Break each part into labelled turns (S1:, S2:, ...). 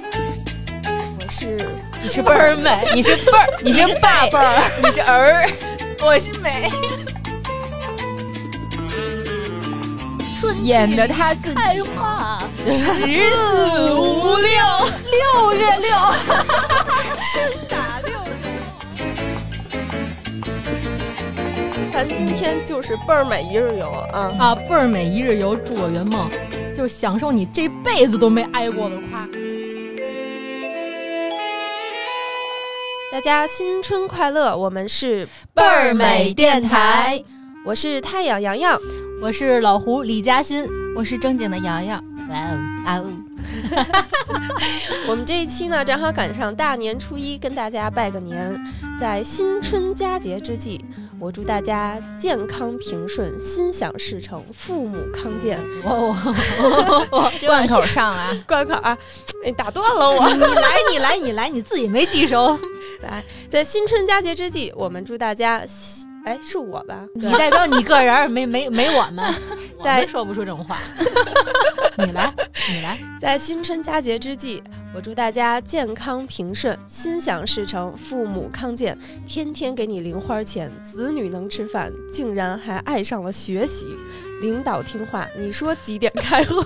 S1: 我是
S2: 你是倍儿美，
S1: 你是辈儿，你是爸辈儿，哎你是儿， 我是美。演的他自己
S2: 开花，
S1: 十四五六六月 六，
S2: 打六折。
S1: 咱今天就是倍儿美一日游啊！
S2: 啊，倍儿美一日游，祝我圆梦，就是享受你这辈子都没挨过的夸。
S1: 大家新春快乐！我们是，，我是太阳洋洋，
S2: 我是老胡李嘉欣。
S3: 我是正经的瑶瑶，
S2: 哇哦，
S3: 啊呜，
S1: 我们这一期呢，正好赶上大年初一，跟大家拜个年。在新春佳节之际，我祝大家健康平顺、心想事成、父母康健。
S2: 哦，
S3: 贯口上了啊！
S1: 关口啊，哎，打断了我。
S2: 你来，你来，你来，你自己没记熟，
S1: 来，在新春佳节之际，我们祝大家，哎，是我吧？
S2: 你代表你个人儿，没没没我们，我
S1: 在
S2: 们说不出这种话。你来，你来，
S1: 在新春佳节之际，我祝大家健康平顺、心想事成、父母康健，天天给你零花钱，子女能吃饭，竟然还爱上了学习，领导听话，你说几点开会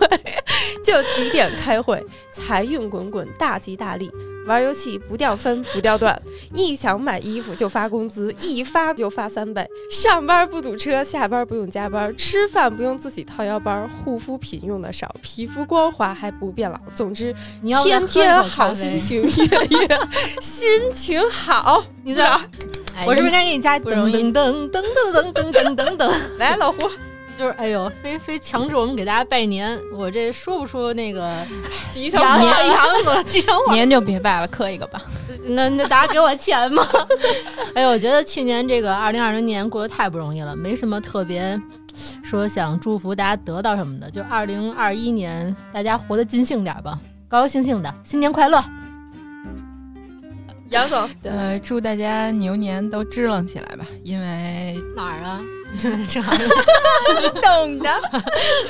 S1: 就几点开会，财运滚滚，大吉大利。玩游戏不掉分不掉段，一想买衣服就发工资，一发就发三倍。上班不堵车，下班不用加班，吃饭不用自己掏腰包，护肤品用的少，皮肤光滑还不变老。总之，
S2: 你要不再
S1: 天
S2: 喝一
S1: 天
S2: 口
S1: 好
S2: 咖啡
S1: 心，情，月月心情好。
S2: 你再我是哎不是应该给你加
S3: 不容易
S2: 噔噔噔噔噔噔噔噔噔？
S1: 来老胡
S2: 就是哎呦，非非强制我们给大家拜年，我这说不出那 个
S1: 吉祥
S2: 羊
S1: 话，
S2: 羊朵吉祥话，
S3: 年就别拜了，磕一个吧。
S2: 那那大家给我钱吗？ 哎呦，我觉得去年这个二零二零年过得太不容易了，没什么特别说想祝福大家得到什么的，就二零二一年大家活得尽兴点儿吧，高高兴兴的，新年快乐！
S1: 杨总，
S3: 呃，祝大家牛年都支棱起来吧，因为
S2: 哪儿 啊？这这
S3: 懂的，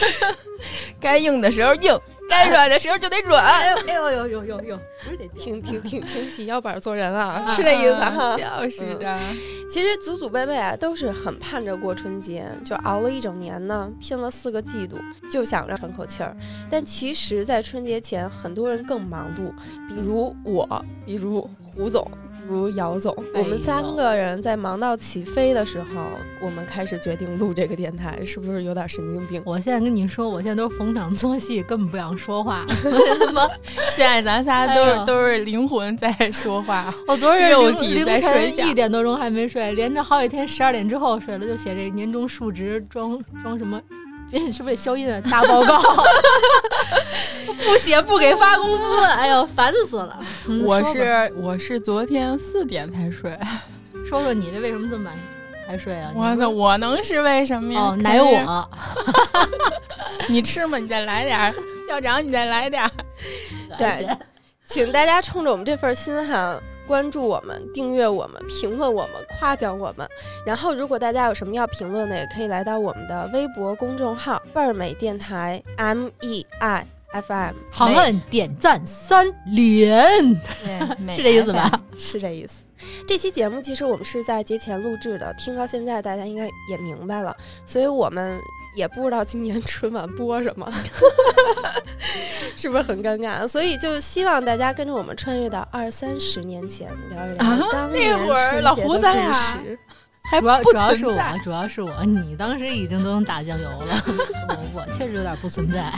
S3: 该硬的时候硬，该软的时候就得软。
S2: 哎 呦 哎呦呦呦呦呦，不是得听。
S1: 挺挺挺挺起腰板做人啊，
S2: 啊
S1: 是这意思哈
S3: 啊。就是的，
S1: 其实祖祖辈辈啊，都是很盼着过春节，就熬了一整年呢，拼了四个季度，就想让喘口气儿。但其实，在春节前，很多人更忙碌，比如我，比如胡总。比如姚总，
S2: 哎
S1: 我
S2: 呦
S1: 们三个人在忙到起飞的时候，我们开始决定录这个电台，是不是有点神经病？
S2: 我现在跟你说，我现在都是逢场作戏，根本不想说话。所以他妈，
S3: 现在咱仨都
S2: 哎呦
S3: 是都是灵魂在说 话，
S2: 我昨儿
S3: 肉
S2: 凌
S3: 体
S2: 凌
S3: 在睡
S2: 晨
S3: 觉
S2: 一点多钟还没睡，连着好几天十二点之后睡了，就写这年终述职装装什么。是不是得消音啊？大报告，不写不给发工资，哎呦，烦死了！嗯
S3: 我
S2: 说吧
S3: 是我是昨天四点才睡，
S2: 说说你这为什么这么晚才睡啊？
S3: 我
S2: 你
S3: 操，
S2: 说
S3: 我能是为什么呀？
S2: 哦，
S3: 肯定
S2: 奶我，
S3: 你吃吗？你再来点 儿，校长你再来点儿。
S1: 对，请大家冲着我们这份心哈，关注我们、订阅我们、评论我们、夸奖我们。然后，如果大家有什么要评论的，也可以来到我们的微博公众号“倍儿美电台 ”M E I F M，
S2: 长按点赞三连，
S3: 对
S2: 是这意思吧？？
S1: 是这意思。这期节目其实我们是在节前录制的，听到现在大家应该也明白了，所以我们也不知道今年春晚播什么， 是不是很尴尬？所以就希望大家跟着我们穿越到二三十年前，聊一聊
S3: 啊
S1: 当年
S3: 那会儿
S1: 春
S3: 老
S1: 节
S3: 胡
S1: 的
S3: 咱
S1: 故
S3: 俩
S1: 事。
S3: 还
S2: 主要
S3: 不
S2: 主要是
S3: 存
S2: 我
S3: 在，
S2: 主要是我，你当时已经都能打酱油了， 我我确实有点不存在。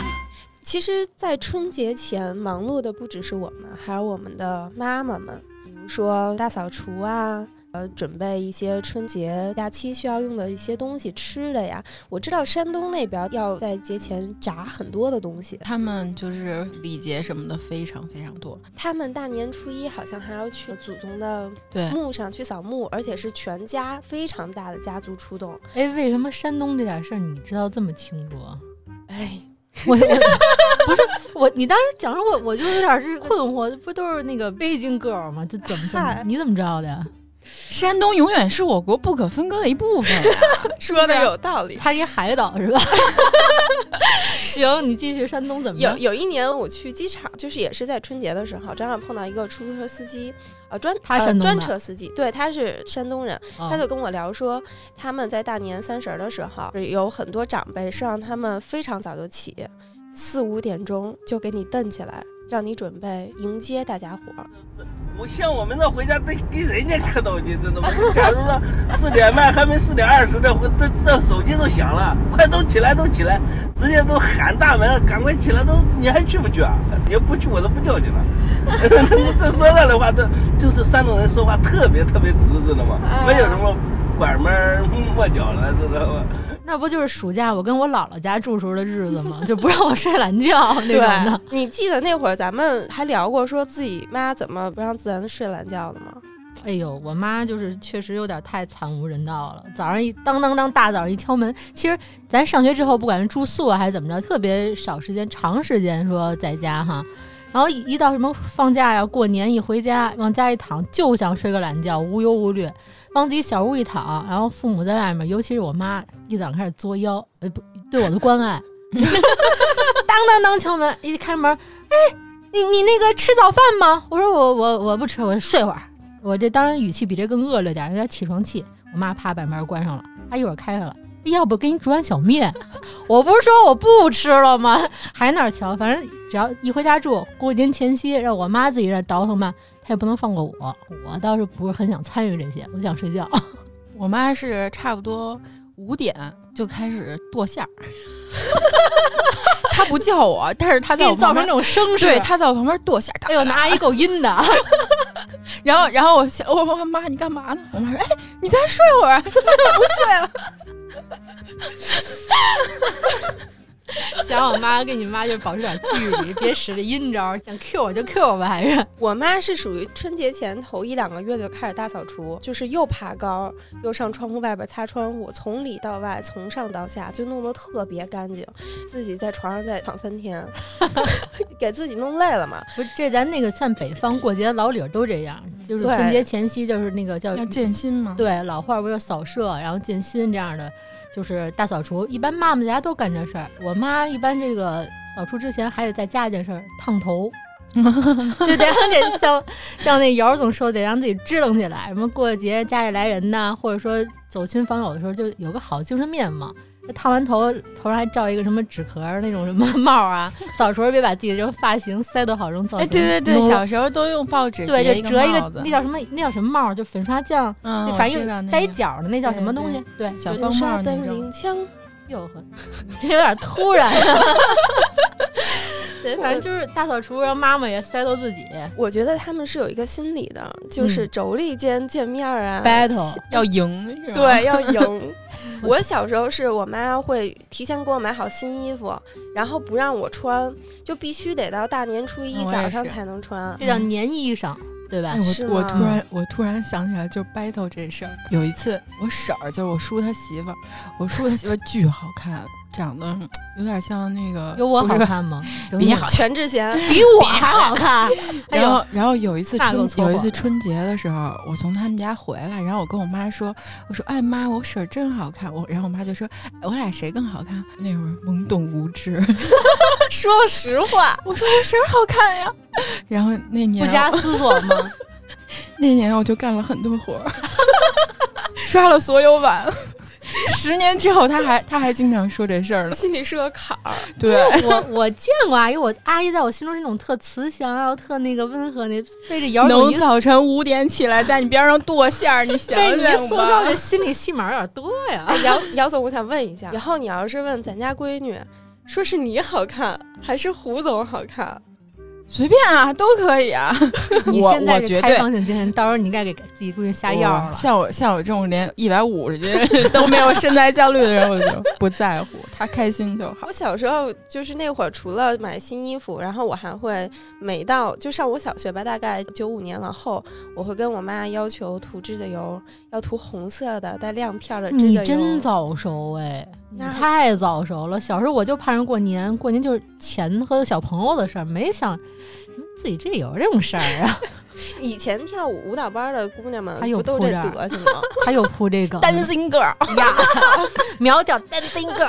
S1: 其实，在春节前忙碌的不只是我们，还有我们的妈妈们，比如说大扫除啊，呃，准备一些春节假期需要用的一些东西吃的呀。我知道山东那边要在节前炸很多的东西，
S3: 他们就是礼节什么的非常非常多。
S1: 他们大年初一好像还要去祖宗的
S3: 对，
S1: 墓上去扫墓，而且是全家非常大的家族出动。
S2: 哎，为什么山东这点事儿你知道这么清楚啊？
S1: 哎，
S2: 我我不是我，你当时讲说我我就有点是困惑，不都是那个北京 girl 吗？这怎么怎么
S1: 嗨
S2: 你怎么知道的呀？
S3: 山东永远是我国不可分割的一部分。
S1: 说的有道理。
S2: 它是一海岛是吧？ 行，你继续，山东怎么
S1: 有
S2: 着？
S1: 有一年我去机场，就是也是在春节的时候，正好碰到一个出租车司机，呃专
S2: 他是
S1: 呃
S2: 山东
S1: 专
S2: 的
S1: 车司机，对，他是山东人，
S2: 哦
S1: 他就跟我聊说，他们在大年三十儿的时候，有很多长辈是让他们非常早就起，四五点钟就给你蹬起来，让你准备迎接大家伙儿。
S4: 我像我们这回家得给人家磕头，你知道吗？ 假如说四点半还没四点二十这回这这手机都响了，快都起来都起来，直接都喊大门，赶快起来都，你还去不去啊？ 你要不去我都不叫你了。 这说到的话，这就是山东人说话特别特别直，知道吗？没有什么拐弯儿抹角了，知道吗？
S2: 那不就是暑假我跟我姥姥家住时候的日子吗？就不让我睡懒觉那
S1: 对
S2: 种的。，
S1: 你记得那会儿咱们还聊过说自己妈怎么不让自然睡懒觉的吗？
S2: 哎呦，我妈就是确实有点太惨无人道了。早上一当当当，大早一敲门，其实咱上学之后，不管是住宿啊还是怎么着，特别少时间，长时间说在家哈。然后一一到什么放假呀、过年一回家，往家一躺就想睡个懒觉，无忧无虑，往自己小屋一躺。然后父母在外面，尤其是我妈，一早上开始作妖，呃，不对我的关爱， 当当当敲门，一开门，哎，你你那个吃早饭吗？我说我我我不吃，我睡会儿。我这当然语气比这更恶劣点儿，有点起床气。我妈啪把门关上了，她一会儿开开了，哎要不给你煮碗小面？ 我不是说我不吃了吗？ 还哪儿瞧？反正只要一回家住，过年前夕让我妈自己在那儿倒腾吧，她也不能放过我。我倒是不是很想参与这些，我想睡觉。
S3: 我妈是差不多五点就开始剁馅儿， 她不叫我，但是她
S2: 给
S3: 在
S2: 你
S3: 我
S2: 造
S3: 旁
S2: 成这
S3: 边，
S2: 种声势，
S3: 对，她在我旁边剁馅儿。
S2: 哎呦，那阿姨够阴的。
S3: 然后，然后我想，我我妈你干嘛呢？我妈说，哎，你再睡会儿，
S2: 想我妈跟你妈就保持点距离，别使这阴招，想 Q 我就 Q 我吧，还是
S1: 我妈是属于春节前头一两个月就开始大扫除，就是又爬高，又上窗户外边擦窗户，从里到外，从上到下，就弄得特别干净。自己在床上再躺三天， 给自己弄累了嘛。
S2: 不是这咱那个像北方过节老理儿都这样，就是
S1: 对
S2: 春节前夕就是那个叫
S3: 要见心吗？
S2: 对老话儿不是扫射，然后建新这样的，就是大扫除。一般妈妈家都干这事儿，我妈一般这个扫除之前还得再加一件事儿，烫 头。就得让这像像那瑶儿总说的，得让自己支棱起来。什么过节家里来人呐，或者说走亲访友的时候，就有个好精神面貌。这烫完头，头上还罩一个什么纸壳儿那种什么 帽儿啊。扫除时候别把自己的这个发型塞到好这种造
S3: 哎，
S2: 型，
S3: 对对对，
S2: 浓
S3: 小时候都用报纸
S2: 对就折一
S3: 帽
S2: 个
S3: 子
S2: 那叫什么那叫什么帽儿，就粉刷酱
S3: 嗯，
S2: 就
S3: 我
S2: 反
S3: 知道
S2: 正
S3: 那
S2: 带一
S3: 个
S2: 角儿的哦那叫什么
S3: 对
S2: 东西？对，
S3: 小
S1: 就
S3: 方
S1: 是
S3: 帽
S1: 刷
S3: 那
S1: 本
S3: 种。
S1: 领枪，
S2: 哟呵， 这有点突然、啊。 对，反正就是大扫除，让妈妈也塞到自己。
S1: 我觉得他们是有一个心理的，就是妯娌间见面儿啊、
S2: Battle
S3: 嗯要赢是吧？，
S1: 对， 要赢。我小时候是我妈会提前给我买好新衣服，然后不让我穿，就必须得到大年初一
S3: 嗯我也
S1: 早上
S3: 是
S1: 才能穿。
S2: 这叫年衣裳，对吧
S3: 哎，？
S1: 是
S3: 我我
S1: 吗
S3: 突然我突然想起来，就 battle 这事儿。有一次，我婶儿就是我叔他媳妇儿，我叔他媳妇儿巨好看，长得 有点像那个
S2: 有我
S3: 不
S2: 好
S3: 是
S2: 看 吗？
S3: 比你好
S1: 全智 贤，
S2: 比我还好 看。哎
S3: 然
S2: 呦，
S3: 后，然后有一次
S2: 那
S3: 春
S2: 够搓
S3: 有一
S2: 火
S3: 次
S2: 的
S3: 春节的时候，我从他们家回来，然后我跟我妈说，我说：“哎妈，我婶儿真好看。我”然后我妈就说：“我俩谁更好看？”那会儿懵懂无知，
S1: 说实话，
S3: 我说我婶儿好看呀。 然后那年
S2: 不加思索 吗？
S3: 那年我就干了很多活儿， 刷了所有碗。 十年之后，他还他还经常说这事儿 呢。
S1: 心里是个坎儿。
S3: 对，
S2: 我我见过阿姨，我阿姨在我心中是那种特慈祥，然后特那个温和，那被这姚总
S3: 能
S2: 一
S3: 早晨五点起来在你边上剁馅儿，你 想
S2: 被你一
S3: 想
S2: 塑
S3: 吧
S2: 造的心理戏码有点多呀。
S1: 哎，姚姚总，我想问一下，以后你要是问咱家闺女，说是你好看还是胡总好看？
S3: 随便啊，都可以 啊。
S2: 你
S3: 我
S2: 现在
S3: 我
S2: 是
S3: 绝
S2: 开
S3: 对
S2: 放性精神，到时候你该给自己闺女下药
S3: 我
S2: 了。
S3: 像我像我这种连一百五十斤 都没有身材焦虑的人，我就不在乎，他开心就 好。
S1: 我小时候就是那会儿，除了买新衣服，然后我还会每到就上我小学吧，大概九五年往后，我会跟我妈要求涂指甲油，要涂红色的带亮片儿的指
S2: 你
S1: 甲油。
S2: 真早熟哎，你
S1: 那
S2: 太早熟了。小时候我就盼着过年，过年就是钱和小朋友的事儿，没想嗯自己这有这种事儿啊。
S1: 以前跳舞舞蹈班的姑娘们
S2: 还有
S1: 不都
S2: 裤
S1: 这
S2: 衩儿
S1: 德行吗？
S2: 还有铺这个
S3: Dancing girl，
S2: 呀，苗叫 dancing girl，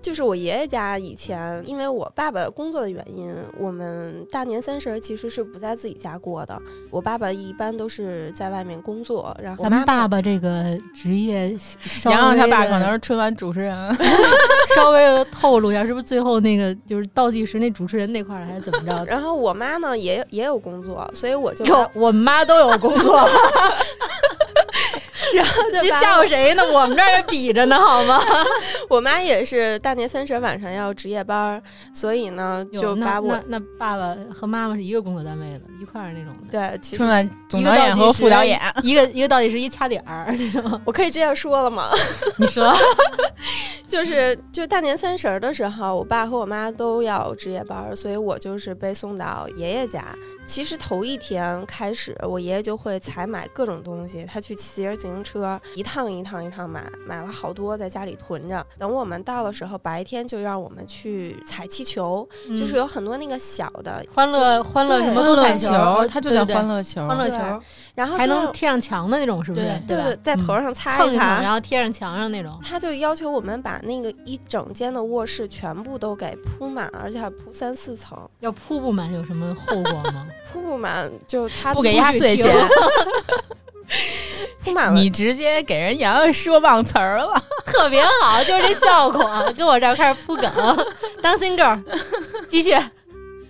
S1: 就是我爷爷家以前，因为我爸爸工作的原因，我们大年三十儿其实是不在自己家过的。我爸爸一般都是在外面工作，然后我
S2: 咱
S1: 妈
S2: 们
S1: 妈？
S2: 爸爸这个职业稍微
S3: 洋
S2: 的，
S3: 洋他爸可能是春晚主持人，
S2: 稍微的透露一下，是不是最后那个就是倒计时那主持人那块儿还是怎么着
S1: 然后我妈呢也也有工作，所以我 就
S2: 有，我们妈都有工作，
S1: 然后就
S2: 你
S1: 把
S2: 吓
S1: 我
S2: 唬谁呢？我们这儿也比着呢，好吗？
S1: 我妈也是大年三十晚上要值夜班儿，所以呢 就把我
S2: 那那那爸爸和妈妈是一个工作单位的，一块儿那种的，
S1: 对，其实
S3: 春晚总导演和副导演。
S2: 一个一个倒计时一掐点儿那种。
S1: 我可以这样说了吗？
S2: 你 说
S1: 就是就大年三十儿的时候，我爸和我妈都要值夜班儿，所以我就是被送到爷爷家。其实头一天开始，我爷爷就会采买各种东西，他去骑着自行车一趟一趟一趟买，买了好多在家里囤着。等我们到的时候，白天就让我们去踩气球，就是有很多那个小的，
S2: 欢乐嗯欢乐什么
S3: 欢
S2: 多
S3: 乐
S2: 彩
S3: 球，他就叫
S2: 对对对
S3: 欢乐球，
S2: 欢乐
S1: 对
S2: 球，
S1: 然后
S2: 还
S1: 就
S2: 能
S1: 让
S2: 贴上墙的那种，是不是
S3: 对？
S1: 对
S2: 吧嗯
S1: 对在头上擦
S2: 蹭一
S1: 一
S2: 蹭，
S1: 擦，
S2: 然后贴上墙上那种。
S1: 他就要求我们把那个一整间的卧室全部都给铺满，而且还铺三四层，
S2: 要铺不满有什么后果吗？
S1: 铺不满就他
S3: 不给
S1: 自己
S3: 压岁
S1: 去
S3: 钱，
S1: 铺满了
S3: 你。直接给人洋洋说忘词儿了。
S2: 特别好，就是这效果，跟我这儿开始铺梗，当 single，继 续。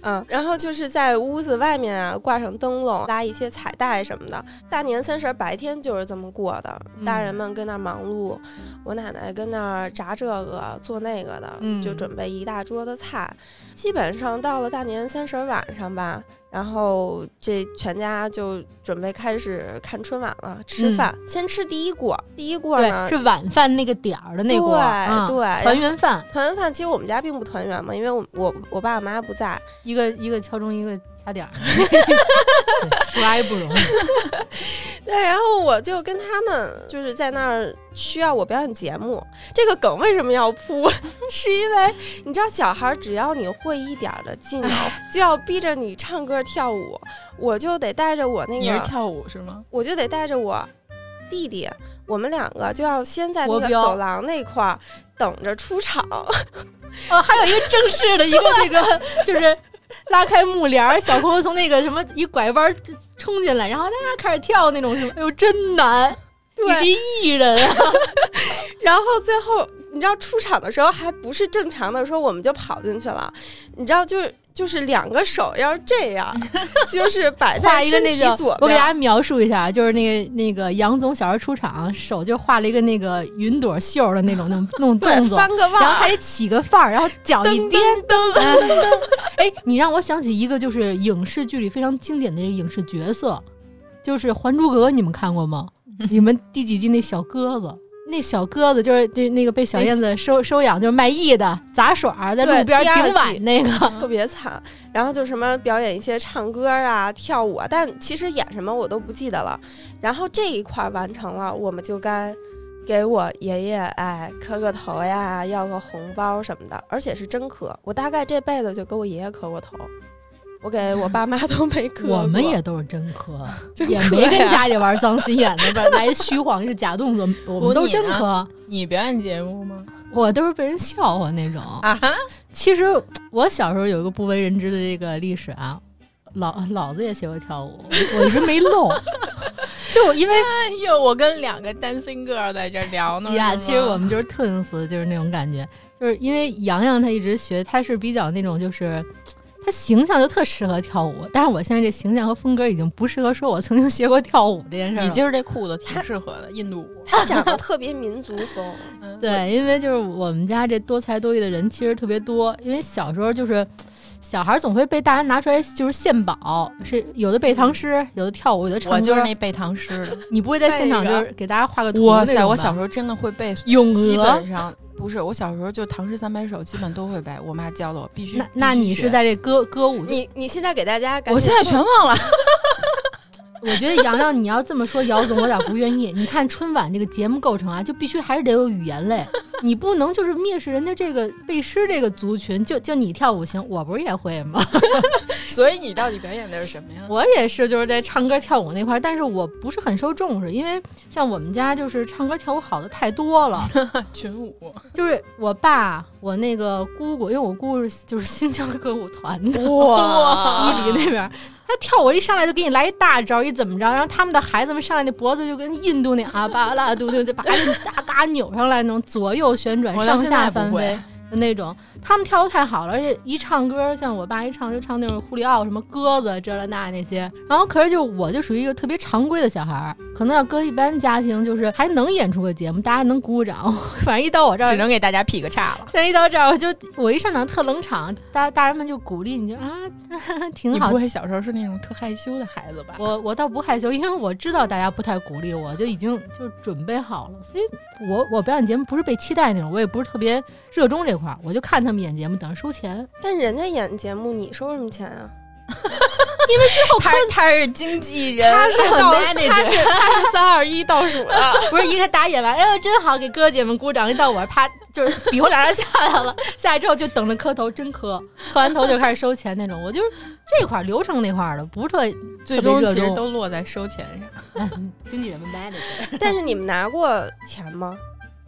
S1: 嗯，然后就是在屋子外面啊挂上灯笼，拉一些彩带什么的。大年三十儿白天就是这么过的，
S2: 嗯
S1: 大人们跟那儿忙碌，我奶奶跟那儿炸这个做那个的，
S2: 嗯
S1: 就准备一大桌的菜。基本上到了大年三十儿晚上吧，然后这全家就准备开始看春晚了，吃
S2: 嗯
S1: 饭。先吃第一锅，第一锅呢
S2: 对，是晚饭那个点儿的那锅，
S1: 对
S2: 啊
S1: 对
S2: 团圆饭，
S1: 团圆饭，其实我们家并不团圆嘛，因为我我我爸我妈不在，
S2: 一个一个敲钟，一个掐 点儿，对说来不容易。
S1: 对，然后我就跟他们就是在那儿需要我表演节目，这个梗为什么要铺？ 是因为你知道，小孩儿只要你会一点儿的技 能，就要逼着你唱歌跳舞，我就得带着我那
S3: 你是
S1: 个，
S3: 跳舞是 吗？
S1: 我就得带着我弟弟，我们两个就要先在那
S2: 国
S1: 个
S2: 标
S1: 走廊那块儿等着出 场。
S2: 哦，还有一个正式的一个那个就是。拉开幕帘儿，小朋友从那个什么一拐弯儿就冲进来，然后大家开始跳那种什么，哎呦真难！你是
S1: 对，
S2: 艺人啊，
S1: 然后最后你知道出场的时候还不是正常的说我们就跑进去了，你知道就是就是两个手要这 样，就是摆
S2: 画
S1: 在
S2: 一个
S1: 身
S2: 那
S1: 体
S2: 个
S1: 左，
S2: 我给
S1: 边。
S2: 大家描述一下，啊就是那个那个杨总小时候出场，手就画了一个那个云朵袖的那种那种那种动
S1: 对，
S2: 作，
S1: 翻个
S2: 然后
S1: 腕儿，
S2: 还起个范儿，然后脚一
S1: 噔
S2: 颠噔噔噔。哎，你让我想起一个就是影视剧里非常经典的一个影视角色，就是《还珠格格》，你们看过吗？你们第几季那小鸽子？那小鸽子就是那那个被小燕子收收养，就是卖艺的杂耍儿，在
S1: 对
S2: 路边
S1: 第二
S2: 顶
S1: 季
S2: 碗那 个。
S1: 特别惨。然后就什么表演一些唱歌啊、跳舞啊，但其实演什么我都不记得了。然后这一块儿完成了，我们就该。给我爷爷哎磕个头呀，要个红包什么的，而且是真磕。我大概这辈子就给我爷爷磕过头，我给我爸妈都没磕过。
S2: 我们也都是真磕，
S1: 真
S2: 也
S1: 磕
S2: 没跟
S1: 呀
S2: 家里玩脏心眼子吧，来虚晃是假动作，我们都是真
S3: 我你
S2: 磕，
S3: 你表演节目吗？
S2: 我都是被人笑话那种。
S3: 啊 哈，
S2: 其实我小时候有一个不为人知的这个历史啊，老老子也学过跳舞，我一直没露，就因为
S3: 哎呦，我跟两个 dancing girl 在这儿聊呢。
S2: 呀，
S3: 是吗
S2: 其实我们就是 twins，就是那种感觉，就是因为洋洋她一直学，她是比较那种就是。她形象就特适合跳舞，但是我现在这形象和风格已经不适合说我曾经学过跳舞这件事儿了。
S3: 你今儿这裤子挺适合的，印度舞。
S1: 他 长得特别民族风，
S2: 对，因为就是我们家这多才多艺的人其实特别多，因为小时候就是小孩儿总会被大人拿出来就是献宝，是有的背唐诗，有的跳舞，有的唱歌。
S3: 我就是那背唐诗的。
S2: 你不会在现场
S1: 背
S2: 就
S1: 着
S2: 是给大家画个图
S3: 哇
S2: 那
S3: 塞，
S2: 种吧
S3: 我小时候真的会背，
S2: 咏
S3: 基
S2: 鹅
S3: 本。上不是。我小时候就唐诗三百首，基本都会背。我妈教的我，必须。
S2: 那那
S3: 必须
S2: 你
S3: 学
S2: 是？在这歌歌舞界？
S1: 你你现在给大家赶紧，
S3: 我现在全忘了。
S2: 我觉得洋洋，你要这么说，姚总我有点不愿意。你看春晚这个节目构成啊，就必须还是得有语言类，你不能就是蔑视人家这个背诗这个族群。就就你跳舞行，我不是也会吗？
S3: 所以你到底表演的是什么呀？
S2: 我也是，就是在唱歌跳舞那块儿，但是我不是很受重视，因为 像我们家就是唱歌跳舞好的太多了，
S3: 群舞。
S2: 就是我爸、我那个姑姑，因为我姑姑是就是新疆歌舞团的，
S1: 哇
S2: 伊犁那边儿，他跳舞一上来就给你来一大招，一怎么着，然后他们的孩子们上来那脖子就跟印度那阿巴拉杜就就把这嘎嘎扭上来，那种左右旋转、
S3: 我到
S2: 上
S3: 现在
S2: 下
S3: 也
S2: 翻
S3: 不
S2: 飞
S3: 会。
S2: 的那种，他们跳的太好了，而且一唱歌，像我爸一唱就唱那种胡里奥什么鸽子这了那那些。然后可是就我就属于一个特别常规的小孩儿，可能要搁一般家庭，就是还能演出个节目，大家能鼓掌。反正一到我这儿
S5: 只，能给大家劈个叉了。
S2: 现在一到这儿，我就我一上场特冷场，大大人们就鼓励你就啊， 挺
S3: 你
S2: 好
S3: 不。会小时候是那种特害羞的孩子吧？
S2: 我我倒不害羞，因为我知道大家不太鼓励我，就已经就准备好了。所以我我表演节目不是被期待那种，我也不是特别热衷这块儿，我就看他们演节目，等着收钱。
S1: 但人家演节目，你收什么钱 啊？
S5: 他他是经纪人，
S1: 他是倒，
S2: manager
S1: 他是他是三二一倒数了。
S2: 不是一个打野完，哎呦真好，给哥姐们鼓掌。一到我这儿啪 就是比划两下下来了， 下来之后就等着磕头，真磕，磕完头就开始收钱那种。我就是这块儿流程那块儿的，不是特
S3: 最
S2: 特
S3: 终
S2: 别热
S3: 其实
S2: 衷
S3: 都落在收钱上。
S2: 经纪人们 manager。
S1: 但是你们拿过钱吗？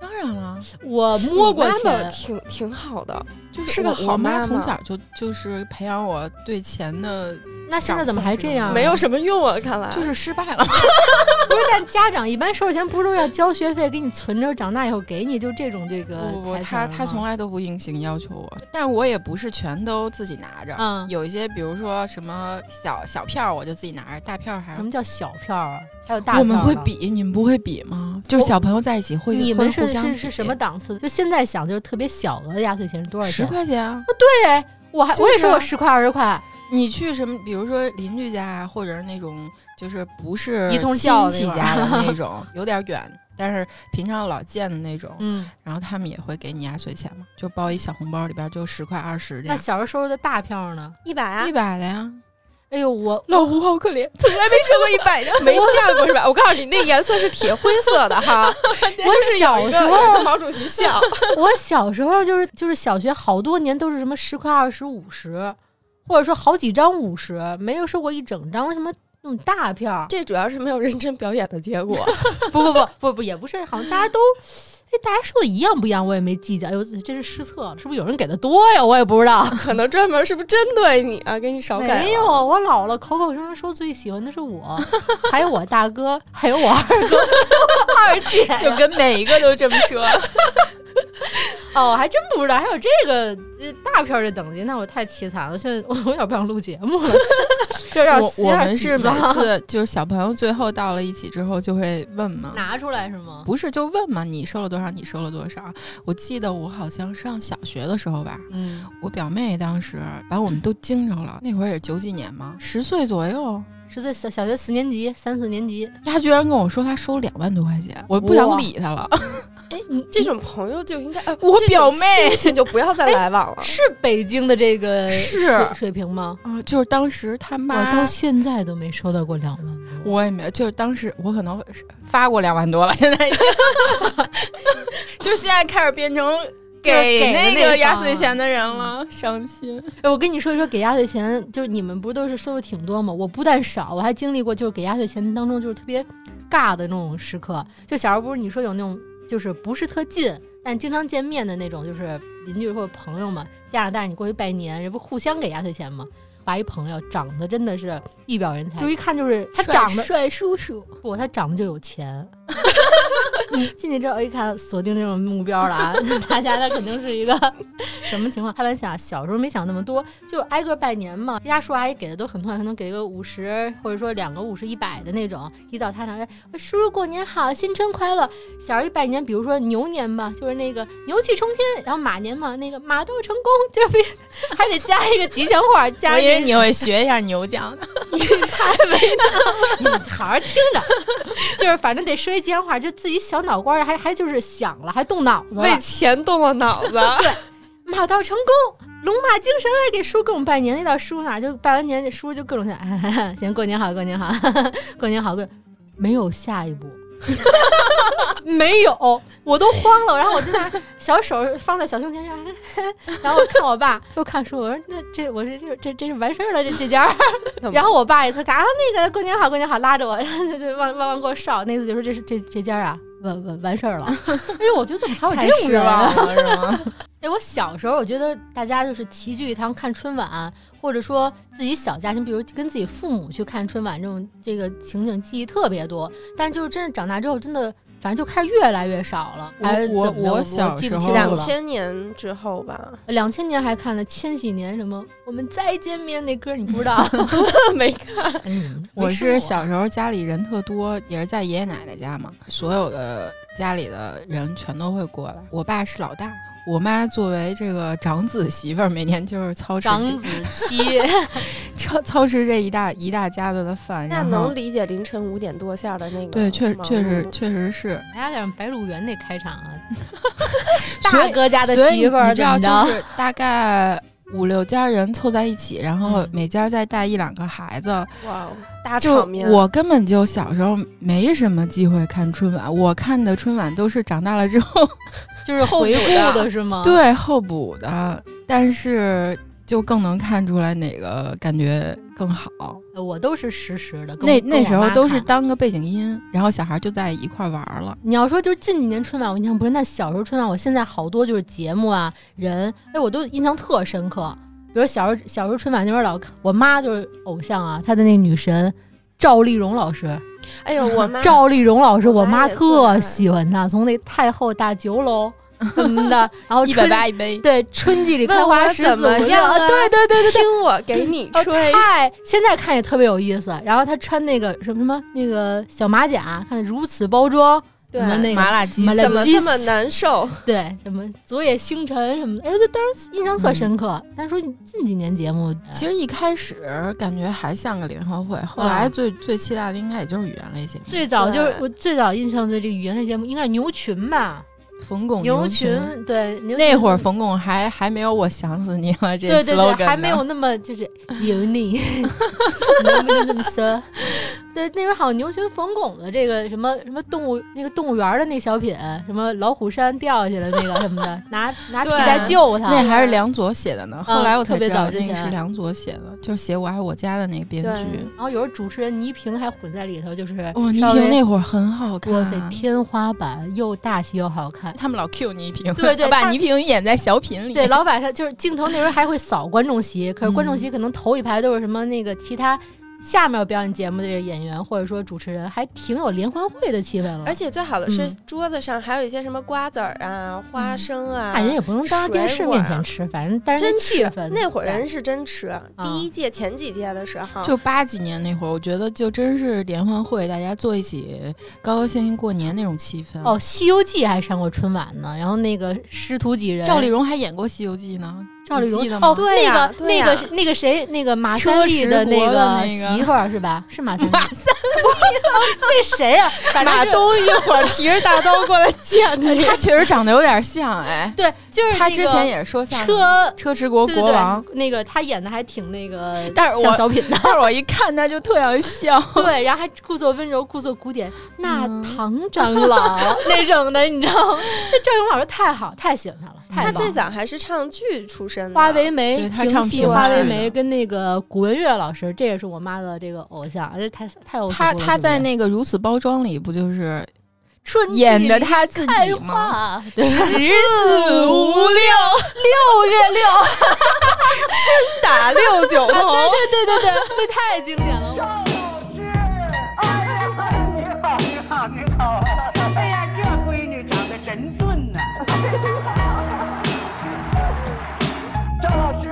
S3: 当然了，
S2: 我摸过
S1: 你妈妈
S2: 钱，
S1: 挺挺好的，
S3: 就是
S1: 个
S3: 我
S1: 好
S3: 我
S1: 妈
S3: 妈
S1: 妈
S3: 从小就就是培养我对钱的，
S2: 那现在怎么还这样？
S1: 没有什么用啊，看来
S3: 就是失败了。
S2: 不是，但家长一般收拾钱不是都要交学费，给你存着，长大以后给你，就这种这个
S3: 不不不，
S2: 财
S3: 他
S2: 产了
S3: 他
S2: 吗
S3: 从来都不硬性要求我，但我也不是全都自己拿着，
S2: 嗯
S3: 有一些比如说什么小小票我就自己拿着，大票还
S2: 什
S3: 是
S2: 么叫小票啊？还有大票、
S3: 我们会。比，你们不会比吗？就是
S2: 我
S3: 小朋友在一起会，
S2: 你们
S3: 会
S2: 是
S3: 互相
S2: 是
S3: 比
S2: 是什么？档次？就现在想，就是特别小的压岁钱是多少
S3: 十
S2: 钱？
S3: 块钱啊！
S2: 对，我还、
S3: 就是啊
S2: 我也收过十块二十块，
S3: 你去什么？比如说邻居家啊，或者是那种就是不是
S2: 一通
S3: 亲
S2: 叫那
S3: 戚
S2: 会儿
S3: 家的 那种，有点远，但是平常老见的那种，
S2: 嗯，
S3: 然后他们也会给你压岁钱嘛，就包一小红包，里边就十块二十这
S2: 那
S3: 样，
S2: 小时候收的大票呢？
S1: 一百啊
S3: 一，百的呀。
S2: 哎呦， 我
S1: 老胡好可怜， 从来没收过一百的， 没见过是吧？我告诉你，那颜色是铁灰色的 哈，
S2: 我小 时候，
S1: 候毛主席像，
S2: 我小时候就是就是小学好多年都是什么十块、二十、五十，或者说好几张五十，没有收过一整张什么那种大 票。
S1: 这主要是没有认真表演的结果。
S2: 不不不不不，也不是，好像大家都，哎，大家说的一样不一样，我也没计较。哎呦，这是失策了，是不是有人给的多呀？我也不知道。
S1: 可能专门是不是针对你啊？给你少改了
S2: 没有，我老了，口口声声说最喜欢的是我，还有我大哥，还有我二哥、 二姐。
S5: 就跟每一个都这么 说。
S2: 哦，还真不知道还有这个这大片儿这等级，那我太凄惨了。现在我 有点不想录节目了， 就让
S3: 我我们是每 次就是小朋友最后到了一起之后就会问嘛，
S2: 拿出来是吗？
S3: 不是就问嘛，你收了多少？你收了多少？我记得我好像上小学的时候吧，
S2: 嗯，
S3: 我表妹当时把我们都惊着了，那会儿也九几年嘛，十岁左右，
S2: 是在小小学四年级、三四年级。
S3: 她居然跟我说她收两万多块钱，我不想理她了。
S2: 哎，你
S1: 这种朋友就应该，呃、
S3: 我
S1: 这种
S3: 表妹
S1: 亲戚就不要再来往了。
S2: 是北京的这个
S3: 是
S2: 水水平吗？
S3: 啊、就是当时他
S2: 我
S3: 妈，
S2: 到现在都没收到过两万多。
S3: 我也没有，就是当时我可能是发过两万多了，现在 已经
S5: 就现在开始变成
S2: 给
S5: 给
S2: 那
S5: 那
S2: 个
S5: 个
S2: 压
S5: 压
S2: 岁
S5: 岁
S2: 钱
S5: 钱的人了，嗯伤心。
S2: 哎我跟你说一说，给压岁钱，就是你们不都是收的挺多吗？我不但少，我还经历过就是给压岁钱当中就是特别尬的那种时刻。就小时候不是你说有那种就是不是特近，但经常见面的那种，就是邻居或者朋友嘛，家长带着你过去拜年，人不互相给压岁钱吗？我还一朋友长得真的是一表人才，就一看就是
S1: 哎
S2: 他长得
S5: 帅叔叔，
S2: 不，他长得就有钱。 你进去之后一哎看，锁定这种目标了啊！大家他肯定是一个什么情况？开玩笑啊，小时候没想那么多，就挨个拜年嘛。家叔阿姨给的都很多，可能给个五十，或者说两个五十、一百的那种。一到他那儿，哎叔叔过年好，新春快乐。小时候一拜年，比如说牛年吧，就是那个牛气冲天；然后马年嘛，那个马到成功，就是 比还得加一个吉祥话，
S5: 我
S2: 加
S5: 以
S2: 一个
S5: 为你会学一下牛讲，
S2: 你们好好听着， 就是反正得说一吉祥话，就自己小脑瓜儿还还就是想了，还动脑子了
S1: 为。钱动了脑子，
S2: 马到成功，龙马精神，还给叔各种拜年。那到叔哪儿就拜完年，那叔就各种想，行，过年好，过年好， 过年好，过没有下一步。 没有，我都慌了。然后我就拿小手放在小胸前上， 然后我看我爸，又看叔，我说那这我这这这这是完事儿了，这这家儿。然后我爸也特嘎，啊那个过年好，过年好，拉着我，然 后就就往往往给我捎，那次就说 这是这这家儿啊，完完完事儿了。哎呦，我觉得怎么还有
S5: 太
S2: 这种
S5: 失
S2: 人啊？
S5: 望了是吗？
S2: 哎，我小时候我觉得大家就是齐聚一堂看春晚，或者说自己小家庭，比如跟自己父母去看春晚这种这个情景记忆特别多，但就是真是长大之后，真的反正就开始越来越少了。
S3: 我
S2: 还是
S3: 我
S2: 怎么着
S3: 我
S2: 我
S3: 小
S2: 记
S3: 时
S2: 不
S3: 候
S2: 清
S1: 两
S2: 楚了。
S1: 千年之后吧，
S2: 两千年还看了千禧年什么“我们再见面”那歌，你不知 道？
S1: 没看。
S2: 嗯，
S3: 哎我
S2: 没
S3: 是
S2: 试过
S3: 小时候家里人特多，也是在爷爷奶奶家嘛，所有的家里的人全都会过来。我爸是老大，我妈作为这个长子媳妇儿，每年就是操持
S2: 张子 期，
S3: 操操持这一大一大家子的饭。
S1: 那
S3: 然后
S1: 能理解凌晨五点多下的那个
S3: 对，确
S1: 忙碌
S3: 确
S2: 嗯
S3: 实确实是
S2: 还有哎点白鹿原那开场啊，
S3: 所
S2: 大
S3: 以
S2: 哥家的
S3: 所以
S2: 媳妇儿
S3: 你知
S2: 怎
S3: 道，
S2: 么着
S3: 就？是大概五六家人凑在一起，然后
S2: 嗯
S3: 每家再带一两个孩子。
S1: 哇哦，大
S3: 就
S1: 场面。
S3: 我根本就小时候没什么机会看春晚，我看的春晚都是长大了之后
S2: 就是回顾的是吗？，
S3: 对后补的，但是就更能看出来哪个感觉更好。
S2: 我都是实时的。跟
S3: 那
S2: 我
S3: 那时候都
S2: 跟我
S3: 是。
S2: 妈看
S3: 当个背景音，然后小孩就在一块玩儿了。
S2: 你要说就是近几年春晚，我印象不是。那小时候春晚，我现在好多就是节目啊、人，哎，我都印象特深刻。比如小时候小时候春晚那边老，我妈就是偶像啊，她的那女神赵丽蓉老师，
S1: 哎呦， 我妈
S2: 赵丽蓉老师，
S1: 我
S2: 我
S1: 妈
S2: 妈
S1: 也最爱
S2: 特喜欢她，从那太后大酒楼什么 的，然后
S5: 一百
S2: 春
S5: 八一杯，
S2: 对春季里
S1: 问
S2: 开花
S1: 我
S2: 十四
S1: 怎
S2: 五
S1: 么
S2: 六，
S1: 样啊？
S2: 啊对对对对对，
S1: 听我给你
S2: 哦
S1: 吹。
S2: 太现在看也特别有意思。然后他穿那个什么什么那个小马甲，看得如此包装，
S1: 对
S2: 什么那
S5: 麻
S2: 个嗯
S5: 辣鸡
S2: 麻辣
S1: 怎么
S2: 鸡
S1: 这么难受？
S2: 对什么昨夜星辰什么的，哎，就当时印象特深刻。但说近几年节目，
S3: 其实一开始感觉还像个联欢会，后来
S2: 嗯
S3: 最、最期待的应该也就是语言类节目，
S2: 最早就是
S1: 对
S2: 我最早印象的这个语言类节目应该是牛群吧，
S3: 冯巩
S2: 哦牛
S3: 群。
S2: 群对牛
S3: 那
S2: 群
S3: 会儿冯巩还还没有我想死你了这
S2: 对
S3: slogan，
S2: 对对，还
S3: 呢
S2: 没有那么就是油腻，能不能这么说？对，那时候好像牛群冯巩的这个什么什么动物那个动物园的那小品，什么老虎山掉下去了那个什么的，拿拿皮
S1: 对
S2: 带救他。
S3: 那还是梁左写的呢。后来我才
S2: 嗯特别
S3: 知道
S2: 早之
S3: 那
S2: 前
S3: 个是梁左写的，就是写《我爱我家》的那个编剧。
S2: 然后有时候主持人倪萍还混在里头，就是
S3: 哇，倪
S2: 稍微
S3: 萍那会儿很好看，
S2: 哇塞，天花板又大气又好看。
S3: 他们老 Q 倪萍，
S2: 对对
S3: 把
S2: 他
S3: 倪萍演在小品里。
S2: 对，老板他就是镜头那时候还会扫观众席，可是观众席可能头一排都是什么那个其他下面表演节目的这个演员或者说主持人，还挺有联欢会的气氛了。
S1: 而且最好的是
S2: 嗯
S1: 桌子上还有一些什么瓜子儿啊、花生啊，
S2: 看人哎也不能当着电视面
S3: 啊
S2: 前吃，反正但是
S1: 真
S2: 气
S1: 吃
S2: 氛。
S1: 那会儿人是真吃。第
S2: 啊
S1: 一届前几届的时候，
S3: 就八几年那会儿，我觉得就真是联欢会，大家坐一起高高兴兴过年那种气氛。
S2: 哦，《西游记》还上过春晚呢，然后那个师徒几人，
S3: 赵丽蓉还演过《西游记》呢，
S2: 赵丽蓉
S3: 你记得吗
S2: 哦，
S1: 对呀
S2: 那个
S1: 对
S2: 那
S1: 呀
S2: 个是那个谁，那个马三立的
S3: 车时国的
S2: 个
S3: 那个
S2: 媳妇儿是吧？是马三 立，马三立， 那谁呀？反正
S5: 马
S2: 是
S5: 东一会儿提着大刀过 来见你。
S3: 她确实长得有点像，哎，
S2: 对，就是
S3: 她
S2: 那
S3: 之
S2: 个
S3: 前也是说相声的
S2: 车。
S3: 车迟国
S2: 对对
S3: 国王，
S2: 对，那个他演的还挺那个，
S3: 但是我
S2: 像小品的，
S3: 但是我一看她就特想笑。
S2: 对，然后还故作温柔，故作古典，那唐长老、嗯 那种的，你知道吗？那赵丽蓉老师太好，太喜欢他了，太
S1: 他
S2: 棒
S1: 最
S2: 了
S1: 早还是唱剧出身的，
S2: 花为媒，
S3: 对他
S2: 评
S3: 唱
S2: 戏
S3: 评
S2: 花为
S3: 剧
S2: 媒
S3: 的
S2: 跟那个古文乐老师，这也是我妈的这个偶像，这太太有
S3: 她
S2: 她
S3: 她在那个《如此包装》里不就是
S2: 春
S3: 演
S2: 季
S3: 的她自己
S2: 开
S3: 吗？
S2: 花，对，
S3: 十四五六，
S5: 六月六，春 打六九
S2: 对
S5: 头。
S2: 对对对对，那太经典了。
S6: 你好，你好，你好！哎呀，这闺女长得真俊呐、赵老师，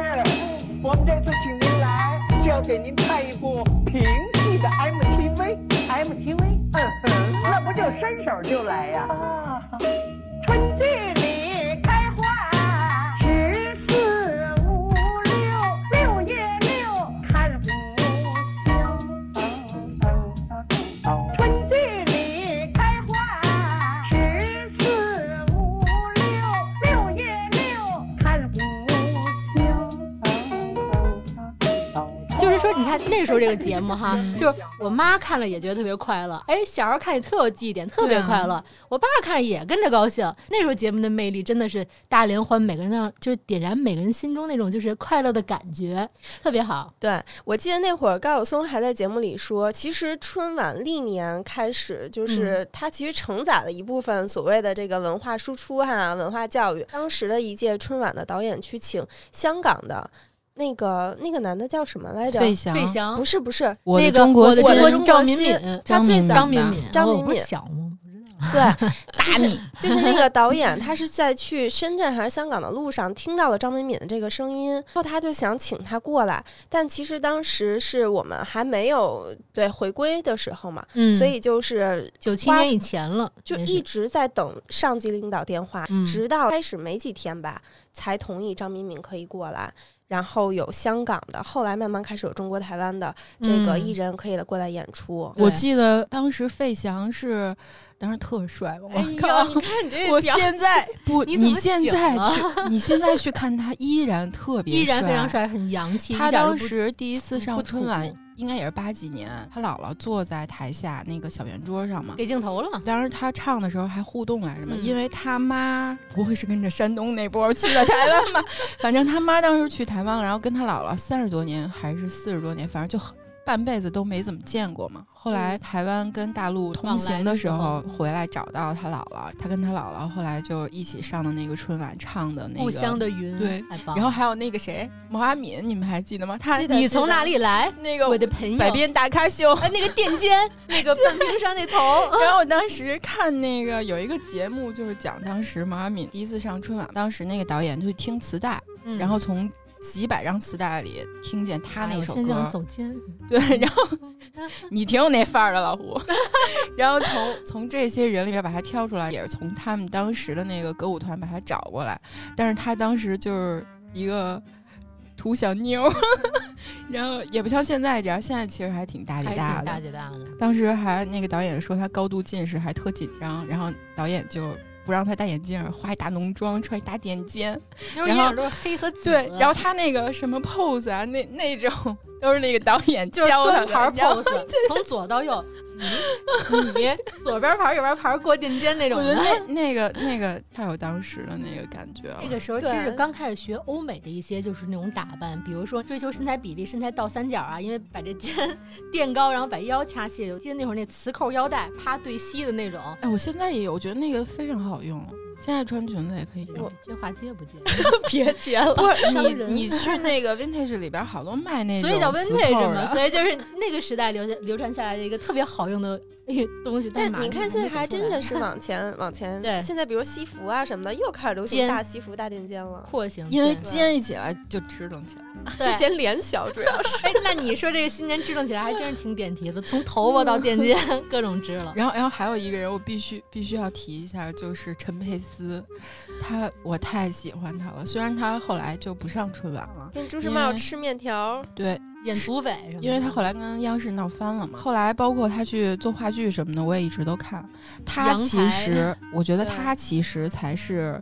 S6: 我们这次请您来是要给您看一部平戏的 MTV。MTV？嗯哼，那不就伸手就来呀、春季里开花，十四五六，六月六看不休。春季里开花，十四五六，六月六看不休。
S2: 就是说，说你看那时候这个节目哈，就是我妈看了也觉得特别快乐，哎，小时候看也特有记忆点，特别
S3: 对啊
S2: 快乐。我爸看着也跟着高兴。那时候节目的魅力真的是大联欢，每个人的就是点燃每个人心中那种就是快乐的感觉，特别好。
S1: 对，我记得那会儿高晓松还在节目里说，其实春晚历年开始，就是它其实承载了一部分所谓的这个文化输出哈、文化教育。当时的一届春晚的导演去请香港的那个那个男的叫什么来着？
S3: 费翔，
S2: 费翔
S1: 不，是不是，
S3: 我
S2: 那
S3: 的
S2: 个
S3: 啊中国
S2: 我的
S3: 心，
S1: 我的
S2: 国
S1: 中国
S2: 赵敏
S1: 心
S2: 敏，
S1: 他最
S3: 张
S1: 早
S2: 张敏
S3: 的
S2: 敏，
S1: 张
S2: 哦
S1: 敏
S2: 我不是
S1: 敏
S2: 小吗？
S1: 对，打你就是就是那个导演，他是在去深圳还是香港的路上听到了张敏敏的这个声音，然后他就想请她过来，但其实当时是我们还没有对回归的时候嘛，
S2: 嗯，
S1: 所以就是
S2: 九七
S1: 花
S2: 年以前了，
S1: 就
S2: 那是
S1: 一直在等上级领导电话，
S2: 嗯
S1: 直到开始没几天吧，才同意张敏敏可以过来。然后有香港的，后来慢慢开始有中国台湾的这个
S2: 嗯
S1: 艺人可以过来演出。
S2: 对
S3: 我记得当时费翔是，当时特帅，
S1: 哎
S2: 哎
S3: 我
S5: 靠！你看你这
S3: 我
S5: 屌
S3: 现在不，
S5: 你
S3: 你
S5: 怎么
S3: 现
S5: 醒
S3: 在 去，你现在去看他依然特别，
S2: 依然非常。帅，很洋气。
S3: 他
S2: 一点都
S3: 当
S2: 不
S3: 时第一次
S2: 不
S3: 上
S2: 土
S3: 春晚，应该也是八几年，他姥姥坐在台下那个小圆桌上嘛。
S2: 给镜头了，
S3: 当时他唱的时候还互动来着嘛，
S2: 嗯
S3: 因为他妈不会是跟着山东那波儿去的台湾吧？ 反正他妈当时去台湾了，然后跟他姥姥三十多年还是四十多年，反正就很半辈子都没怎么见过嘛。后来台湾跟大陆通行的时
S2: 嗯往来
S3: 候
S2: 的时，
S3: 回来找到他姥姥，他跟他姥姥后来就一起上的那个春晚唱的那
S2: 故乡
S3: 个，
S2: 的云，
S3: 对
S2: 太棒了，
S3: 然后还有那个谁毛阿敏，你们还记得吗？他
S2: 你从哪里来？
S3: 那个
S2: 我的朋友，
S3: 百变大咖秀，
S2: 哎，那个垫肩，那个半 边山那头，
S3: 然后我当时看那个有一个节目，就是讲当时毛阿敏第一次上春晚，当时那个导演就听磁带，
S2: 嗯
S3: 然后从几百张磁带里听见他
S2: 哎
S3: 那
S2: 我
S3: 首
S2: 现在想
S3: 歌，
S2: 走肩，
S3: 对，然后你挺有那范儿的老 胡，然后从从这些人里边把他挑出来，也是从他们当时的那个歌舞团把他找过来，但是他当时就是一个土小妞儿， 然后也不像现在这样，现在其实还挺大
S2: 还
S3: 姐
S2: 挺
S3: 大的，
S2: 大姐大的，
S3: 当时还那个导演说他高度近视，还特紧张，然后导演就不让他戴眼镜，化一大浓妆，穿一大垫肩，
S2: 因为
S3: 然
S2: 眼
S3: 后
S2: 影都是黑和紫，
S3: 对，然后他那个什么 pose 啊，那那种都是那个导演
S2: 就是
S3: 教他
S2: 蹲
S3: 的
S2: 牌
S3: 然后
S2: pose，从 左到右，你你左边牌右边牌过垫肩那种
S3: 我觉得
S2: 的。
S3: 那那个那个太有当时的那个感觉了
S2: 那。个时候其
S1: 对
S2: 实刚开始学欧美的一些就是那种打扮，比如说追求身材比例、身材倒三角啊，因为把这肩垫高，然后把腰掐细。我记得那会儿那磁扣腰带啪对膝的那种，
S3: 哎，我现在也有，我觉得那个非常好用，现在穿裙子也可以用。
S2: 这话接不接？
S5: 别结 了，
S3: 不是
S2: 伤
S3: 你
S2: 人
S3: 你去那个 vintage 里边好多卖那种
S2: 所以叫
S3: 磁扣
S2: vintage 嘛，
S3: 的
S2: 所以就是那个时代流流传下来的一个特别好用的一个东西。
S1: 但
S2: 马
S1: 你
S2: 上
S1: 看
S2: 就
S1: 现在
S2: 走出来
S1: 还真
S2: 了
S1: 的是往前往前，
S2: 对
S1: 现在比如西服啊什么的，又开始流行
S2: 肩
S1: 大西服、大垫肩了，
S2: 廓形，
S3: 因为
S2: 对
S3: 肩一起来就支棱起来。
S2: 对
S1: 嫌脸小主要 是。
S2: 哎，那你说这个新年支棱起来还真是挺点题的，从头发
S1: 嗯
S2: 到垫肩各种支了。
S3: 然后，然后还有一个人，我必须必须要提一下，就是陈佩斯，他我太喜欢他了。虽然他后来就不上春晚了，
S1: 跟朱时
S3: 因
S1: 茂
S3: 为
S1: 吃面条，
S3: 对，
S2: 演土匪什么的，
S3: 因为他后来跟央视闹翻了嘛。后来包括他去做话剧什么的，我也一直都看。他
S2: 阳
S3: 其
S2: 台
S3: 实，我觉得
S1: 对
S3: 他其实才是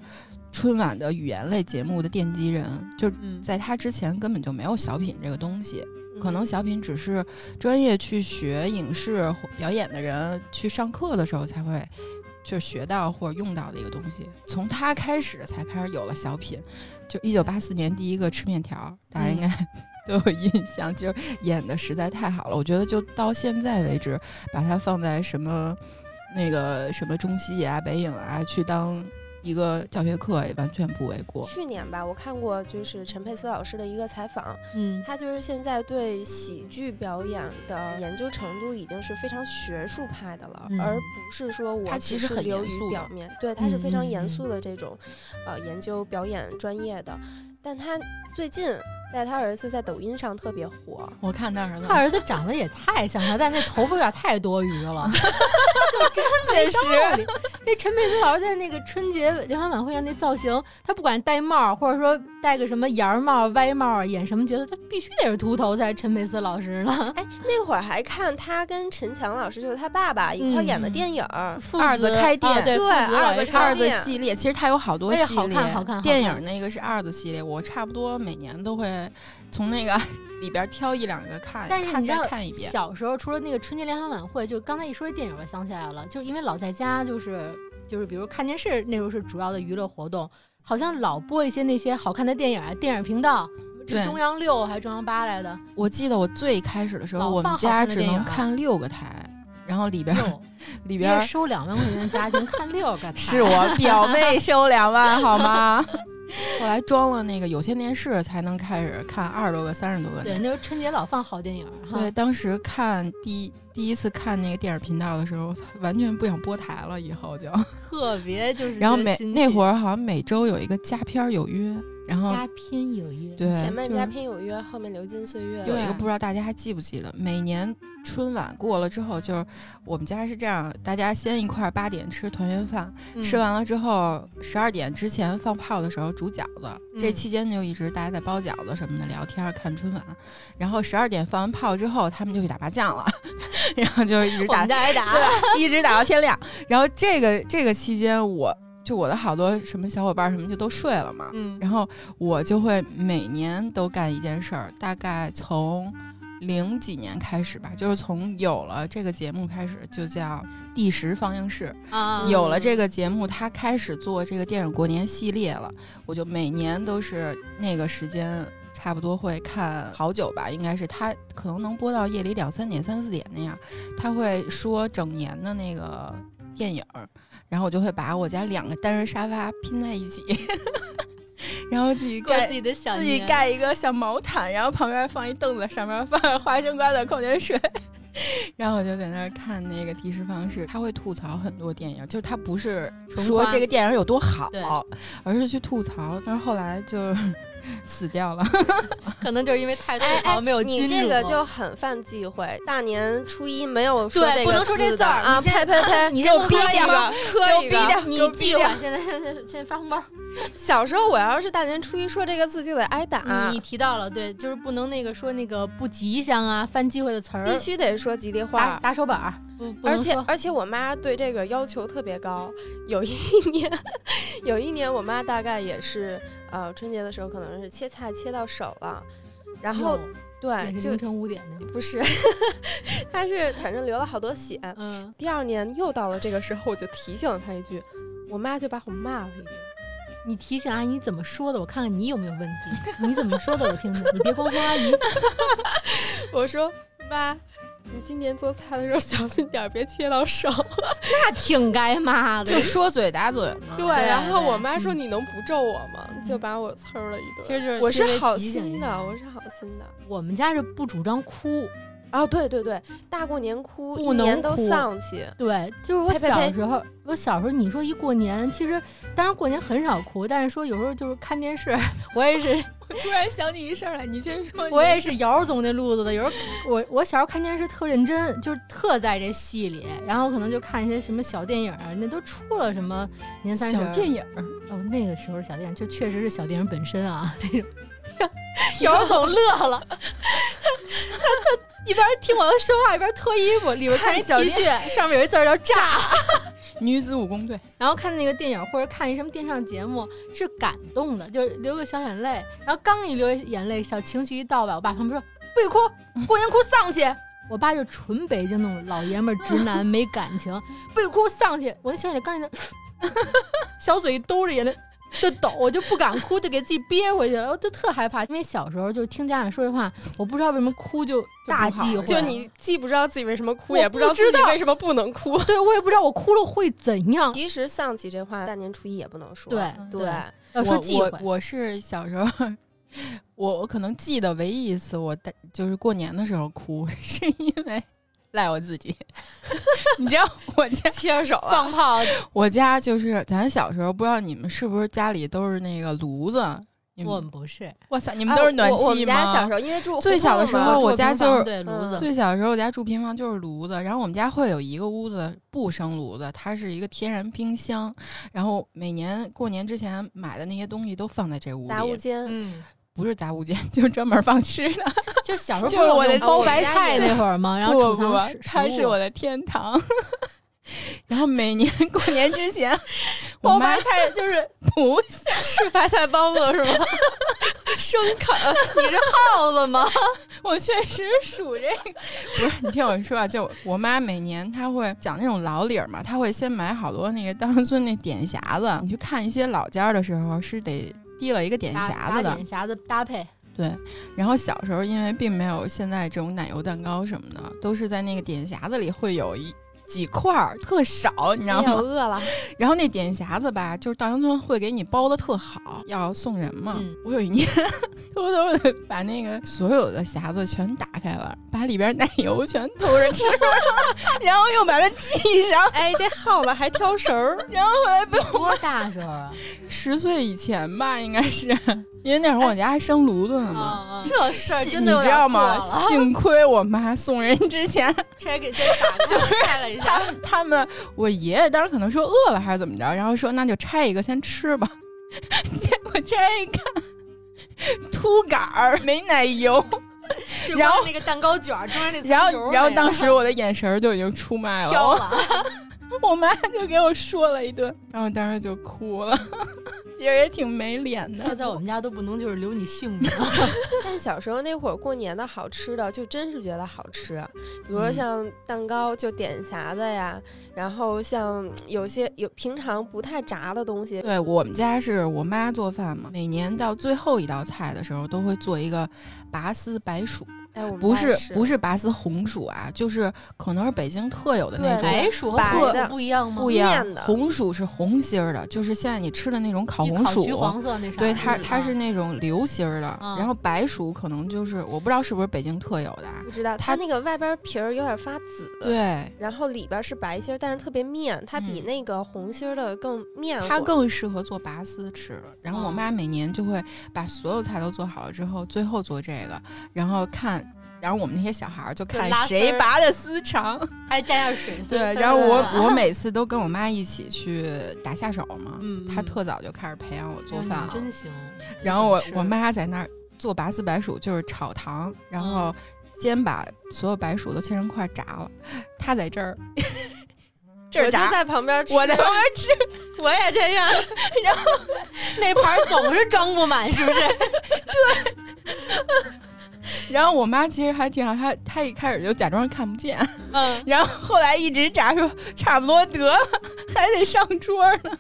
S3: 春晚的语言类节目的奠基人。就
S2: 嗯
S3: 在他之前，根本就没有小品这个东西。可
S1: 嗯
S3: 能小品只是专业去学影视或表演的人去上课的时候才会就是学到或者用到的一个东西。从他开始才开始有了小品，就一九八四年第一个吃面条，大家应该。 都有印象，就是演的实在太好了。我觉得就到现在为止，把它放在什么那个什么中戏啊、北影啊，去当一个教学课也完全不为过。
S1: 去年吧，我看过就是陈佩斯老师的一个采访，
S2: 嗯，
S1: 他就是现在对喜剧表演的研究程度已经是非常学术派的了，
S2: 嗯
S1: 而不是说我
S3: 他
S1: 只
S3: 其实
S1: 是
S3: 很
S1: 流
S3: 严肃
S1: 于
S3: 的
S1: 表面，对，他是非常严肃
S2: 嗯
S1: 的这种，呃，研究表演专业的。但他最近带他儿子在抖音上特别火，
S3: 我看当时
S2: 他儿子长得也太像他，但那头发有点太多余 了，就真的没道理。那陈佩斯老师在那个春节联欢晚会上那造型，他不管戴帽儿或者说戴个什么檐儿帽、歪帽，演什么角色，他必须得是秃头才是陈佩斯老师呢。
S1: 哎，那会儿还看他跟陈强老师，就是他爸爸一块儿演的
S2: 嗯
S1: 电影儿，
S2: 父
S3: 二子开店
S2: 啊
S1: 对
S2: 对，父子老
S1: 二子
S2: 爷
S1: 开
S2: 二
S3: 二
S2: 子
S3: 子系列，其实它有好多
S2: 哎
S3: 系列，
S2: 好看好看好看
S3: 电影那个是二子系列，我差不多每年都会对，从那个 里边挑一两个看，
S2: 但是
S3: 看
S2: 你知
S3: 再
S2: 道
S3: 看一，遍。
S2: 小时候除了那个春节联欢晚会，就刚才一说这电影，我想起来了，就是因为老在家，就是就是比如看电视，那时候是主要的娱乐活动，好像老播一些那些好看的电影啊，电影频道是
S3: 对
S2: 中央六还是中央八来 的？
S3: 我记得我最开始的时候，
S2: 老
S3: 我们
S2: 放好
S3: 家
S2: 看的
S3: 只
S2: 电影
S3: 能
S2: 啊
S3: 看六个台，然后里边
S2: 六，
S3: 里
S2: 一
S3: 边
S2: 人收两万块钱的家庭看六个台，
S3: 是我 表妹收两万好吗？ 后来装了那个有线电视，才能开始看二十多个、三十多个。
S2: 对，那时候春节老放好电影哈。
S3: 对，当时看第一第一次看那个电影频道的时候，完全不想播台了，以后就。
S2: 特别就是
S3: 然后每那会
S2: 儿
S3: 儿好像每周有一个加片儿有约，然后
S2: 嘉宾有约，
S3: 嗯对
S1: 前面
S3: 就是
S1: 嘉宾有约，后面流金岁月。
S3: 有一个不知道大家还记不记得，每年春晚过了之后，就是我们家是这样，大家先一块儿八点吃团圆饭，
S2: 嗯
S3: 吃完了之后十二点之前放炮的时候煮饺子，这
S2: 嗯
S3: 期间就一直大家在包饺子什么的聊天儿看春晚，然后十二点放完炮之后，他们就去打麻将了， 然后就一直
S2: 我
S3: 打
S2: 们家挨打，
S3: 一直打到天亮。然后这个这个期间我，就我的好多什么小伙伴儿什么就都睡了嘛，
S2: 嗯
S3: 然后我就会每年都干一件事儿，大概从零几年开始吧，就是从有了这个节目开始，就叫第十放映室。
S2: 啊
S3: 有了这个节目，他开始做这个电影过年系列了，我就每年都是那个时间。差不多会看好久吧，应该是他可能能播到夜里两三点、三四点那样。他会说整年的那个电影儿，然后我就会把我家两个单人沙发拼在一起， 然后自己
S2: 过
S3: 盖
S2: 自己的小
S3: 自己
S2: 年
S3: 盖一个小毛毯，然后旁边放一凳子，上 面放花生、瓜子、矿泉水。 然后我就在那儿看那个提示方式，他会吐槽很多电影，就是他不是
S2: 纯
S3: 说
S2: 夸
S3: 这个电影有多好
S2: 对，
S3: 而是去吐槽。但是后来 就死掉了。
S2: 可能就是因为太吐
S1: 哎哎
S2: 槽没有
S1: 你
S2: 进
S1: 这
S2: 入
S1: 个就很犯忌讳，大年初一没有说
S2: 对
S1: 这个
S2: 不能说这
S1: 字
S2: 字
S1: 的
S2: 儿
S1: 啊！
S2: 你
S1: 呸
S2: 先
S1: 呸呸！
S2: 你
S1: 给
S2: 先
S1: 我
S2: 不
S1: 磕
S2: 说
S1: 一
S2: 这
S1: 个
S2: 个，
S1: 磕一
S2: 给我
S1: 个，给
S2: 逼掉
S1: 我
S2: 你
S1: 逼
S2: 计
S1: 掉
S2: 划现在现在现在发红包，
S1: 小时候我要是大年初一说这个字就得挨打，
S2: 你你提到了，对，就是不能那个说那个不吉祥啊，犯忌讳的词儿，
S1: 必须得说吉利话
S2: 打
S1: 儿。
S2: 打手板 儿，不不
S1: 而
S2: 能
S1: 且
S2: 说
S1: 而且我妈对这个要求特别高。有一年， 有一年我妈大概也是呃春节的时候可能是切菜切到手了，然后
S2: 哟哎也
S1: 对
S2: 是
S1: 就
S2: 凌晨五点那会儿，
S1: 不是， 她是反正流了好多血。
S2: 嗯，
S1: 第二年又到了这个时候，我就提醒了她一句，我妈就把我骂了一顿。
S2: 你提醒阿姨怎么说的，我看看你有没有问题，你怎么说的我听听，你别光说阿姨，
S1: 我说妈，你今年做菜的时候小心点儿，别切到手。
S2: 那挺该骂的，
S3: 说嘴打嘴嘛
S1: 对，嗯然后我妈说你能不咒我吗？就把我呲儿了一顿。
S2: 其实就是
S1: 我
S2: 是
S1: 是好心的，我是好心的。
S2: 我们家是不主张哭，
S1: 哦，对对对，大过年哭，
S2: 不
S1: 一
S2: 能
S1: 年都
S2: 哭
S1: 丧气。
S2: 对，就是我
S1: 呸呸
S2: 小
S1: 呸
S2: 时候，我小时候你说一过年，其实当然过年很少哭，但是说有时候就是看电视，我也是
S3: 突然想起一事儿来，你 先说
S2: 我也是姚总那路子的。有时候我我小时候看电视特认真，就是特在这戏里，然后可能就看一些什么小电影儿，那都出了什么年 三十
S3: 小电影儿，
S2: 哦，那个时候小电影就确实是小电影本身啊， 那 种。姚总乐了， 他他一边听我说话一边脱衣服，里边穿一
S3: 看小
S2: T 恤，上面有一字儿叫“炸”。
S3: 女子武工队，
S2: 然后看那个电影或者看一什么电视上节目是感动的，就是流个小眼泪。然后刚一流眼泪，小情绪一到吧，我爸旁边说不许哭，过年哭丧气。我爸就纯北京那种老爷们儿直男，没感情，不许哭丧气。我那小眼泪刚一那， 小嘴一兜着眼泪。就抖，我就不敢哭，就给自己憋回去了，我就特害怕，因为小时候就听家长说这话，我不知道为什么哭就大忌讳，
S1: 就你既不知道自己为什么哭，
S2: 我
S1: 啊也不知道
S2: 不
S1: 自
S2: 知
S1: 己
S2: 道
S1: 为什么不能哭。
S2: 对我也不知道我哭了会怎 样，
S1: 其实丧气这话，大年初一也不能说。
S2: 对
S1: 对，
S2: 要说忌讳
S3: 我我，我是小时候，我我可能记得唯一一次我带就是过年的时候哭， 是因为赖我自己。你知道我家
S1: 切手了。
S2: 放炮
S3: 我家就是咱小时候，不知道你们是不是家里都是那个炉子？你
S2: 我
S3: 们
S2: 们不是，
S3: 哇塞，你们都是暖
S1: 啊我我
S3: 气
S1: 们
S3: 吗？
S1: 家小时候因为住
S3: 最小的
S1: 胡
S3: 时
S1: 同嘛
S3: 候我
S2: 住
S3: 家
S2: 平房
S3: 就是
S2: 对炉
S1: 嗯
S2: 子，
S3: 最小的时候，我家住平房就是炉子，然后我们家会有一个屋子不生炉子，它是一个天然冰箱，然后每年过年之前买的那些东西都放在这屋里，
S1: 杂物间，
S2: 嗯，
S3: 不是杂物间， 就专门放吃的。
S2: 就小时候
S3: 就是
S2: 不有
S3: 我
S2: 那
S3: 的
S2: 种包
S1: 我
S2: 白
S1: 家
S2: 菜
S1: 也
S2: 那会儿嘛，然后
S3: 不
S2: 储
S3: 不不
S2: 藏食，
S3: 它是我的天堂。然后每年过年之前，
S1: 包白菜就是
S3: 不
S1: 吃白菜帮子是 吗？ 生啃，
S2: 你是耗子吗？
S3: 我确实属这 个，不是你听我说啊，就我妈每年她会讲那种老理儿嘛，她会先买好多那个当 村那点匣子。你去看一些老家的时候是得提了一个点
S2: 打
S3: 匣子
S2: 打
S3: 的，哎
S2: 点匣子搭配，
S3: 对。然后小时候因为并没有现在这种奶油蛋糕什么的，都是在那个点匣子里会有一。几块儿特少，你知道
S1: 哎呀我
S3: 吗？
S1: 饿了，
S3: 然后那点匣子吧，就是稻香村会给你包的特好，要送人嘛。
S2: 嗯
S3: 我有一年 偷偷的把那个所有的匣子全打开了，把里边奶油全偷着吃 了，然后又把它系上。
S1: 哎，这耗子还挑食儿，
S3: 然后后来被我
S2: 多大时候啊？
S3: 十岁以前吧，应 该是因为那
S1: 哎
S3: 会儿我家还生炉子呢
S1: 哦
S3: 嘛。
S2: 这事儿真
S3: 你
S2: 的有
S3: 知
S2: 点
S3: 道
S2: 过
S3: 吗？
S2: 了
S3: 幸亏我妈送人 之前，
S2: 这给这打 开了一
S3: 他
S2: 下，
S3: 们他们我爷爷当时可能说饿了还是怎么着，然后说那就拆一个先吃吧。 结果拆一看，秃杆儿没奶油，
S2: 就
S3: 然后
S2: 光那个蛋糕卷儿中间那层
S3: 然
S2: 油
S3: 后
S2: 儿
S3: 然后
S2: 没了
S3: 当时我的眼神儿就已经出卖了，
S2: 飘了，
S3: 我我妈就给我说了一顿，然后当时就哭了， 其实也挺没脸
S2: 要
S3: 的。
S2: 在我们家都不能就是留你姓名，
S1: 但小时候那会儿过年的好吃的，就真是觉得好吃，比
S3: 嗯
S1: 如说像蛋糕就点匣子呀，然后像有些有平常不太炸的东西，
S3: 对我们家是我妈做饭嘛，每年到最后一道菜的时候都会做一个拔丝白薯，
S1: 哎，我们
S3: 不
S1: 家也
S3: 是
S1: 是
S3: 不是拔丝红薯啊，就是可能是北京特有的那
S1: 对
S3: 种。
S2: 白薯和
S1: 白
S2: 红
S1: 的
S2: 薯不一样吗？
S3: 不一样
S1: 面，的
S3: 红薯是红心儿的，就是现在你吃的那种烤
S2: 一
S3: 红薯，
S2: 橘黄色那啥，
S3: 对它
S2: 嗯
S3: 它是那种流心儿的。
S2: 嗯
S3: 然后白薯可能就是我不知道是不是北京特有的啊，
S1: 不知道，
S3: 它
S1: 它那个外边皮儿有点发紫，，
S3: 对，
S1: 然后里边是白心儿，但是特别面，它比
S3: 嗯
S1: 那个红心儿的更面和，
S3: 它更适合做拔丝吃。然后我
S2: 哦
S3: 妈每年就会把所有菜都做好了之后，最后做这个，然后看。然后我们那些小孩儿就看
S2: 拉丝儿
S3: 谁拔的丝 长，
S2: 还沾点水，所以
S3: 对。
S2: 色
S3: 然后
S2: 儿
S3: 我
S2: 啊
S3: 我每次都跟我妈一起去打下手嘛，
S2: 嗯
S3: 她
S2: 嗯
S3: 特早就开始培养我做
S2: 哎呦
S3: 饭
S2: 你
S3: 了，
S2: 真行。
S3: 然后我
S2: 真是
S3: 我妈在那儿做拔丝白薯，就是炒糖，然
S2: 嗯
S3: 后先把所有白薯都切成块炸了，她在这儿， 这
S1: 我就
S3: 儿炸，
S1: 在旁边吃，
S3: 我在旁边吃，
S1: 我也这样，
S2: 那盘儿总是装不满，是不 是？
S3: 然后我妈其实还挺好，她她一开始就假装看不见，
S2: 嗯，
S3: 然后后来一直炸说 差不多得了， 还得上桌呢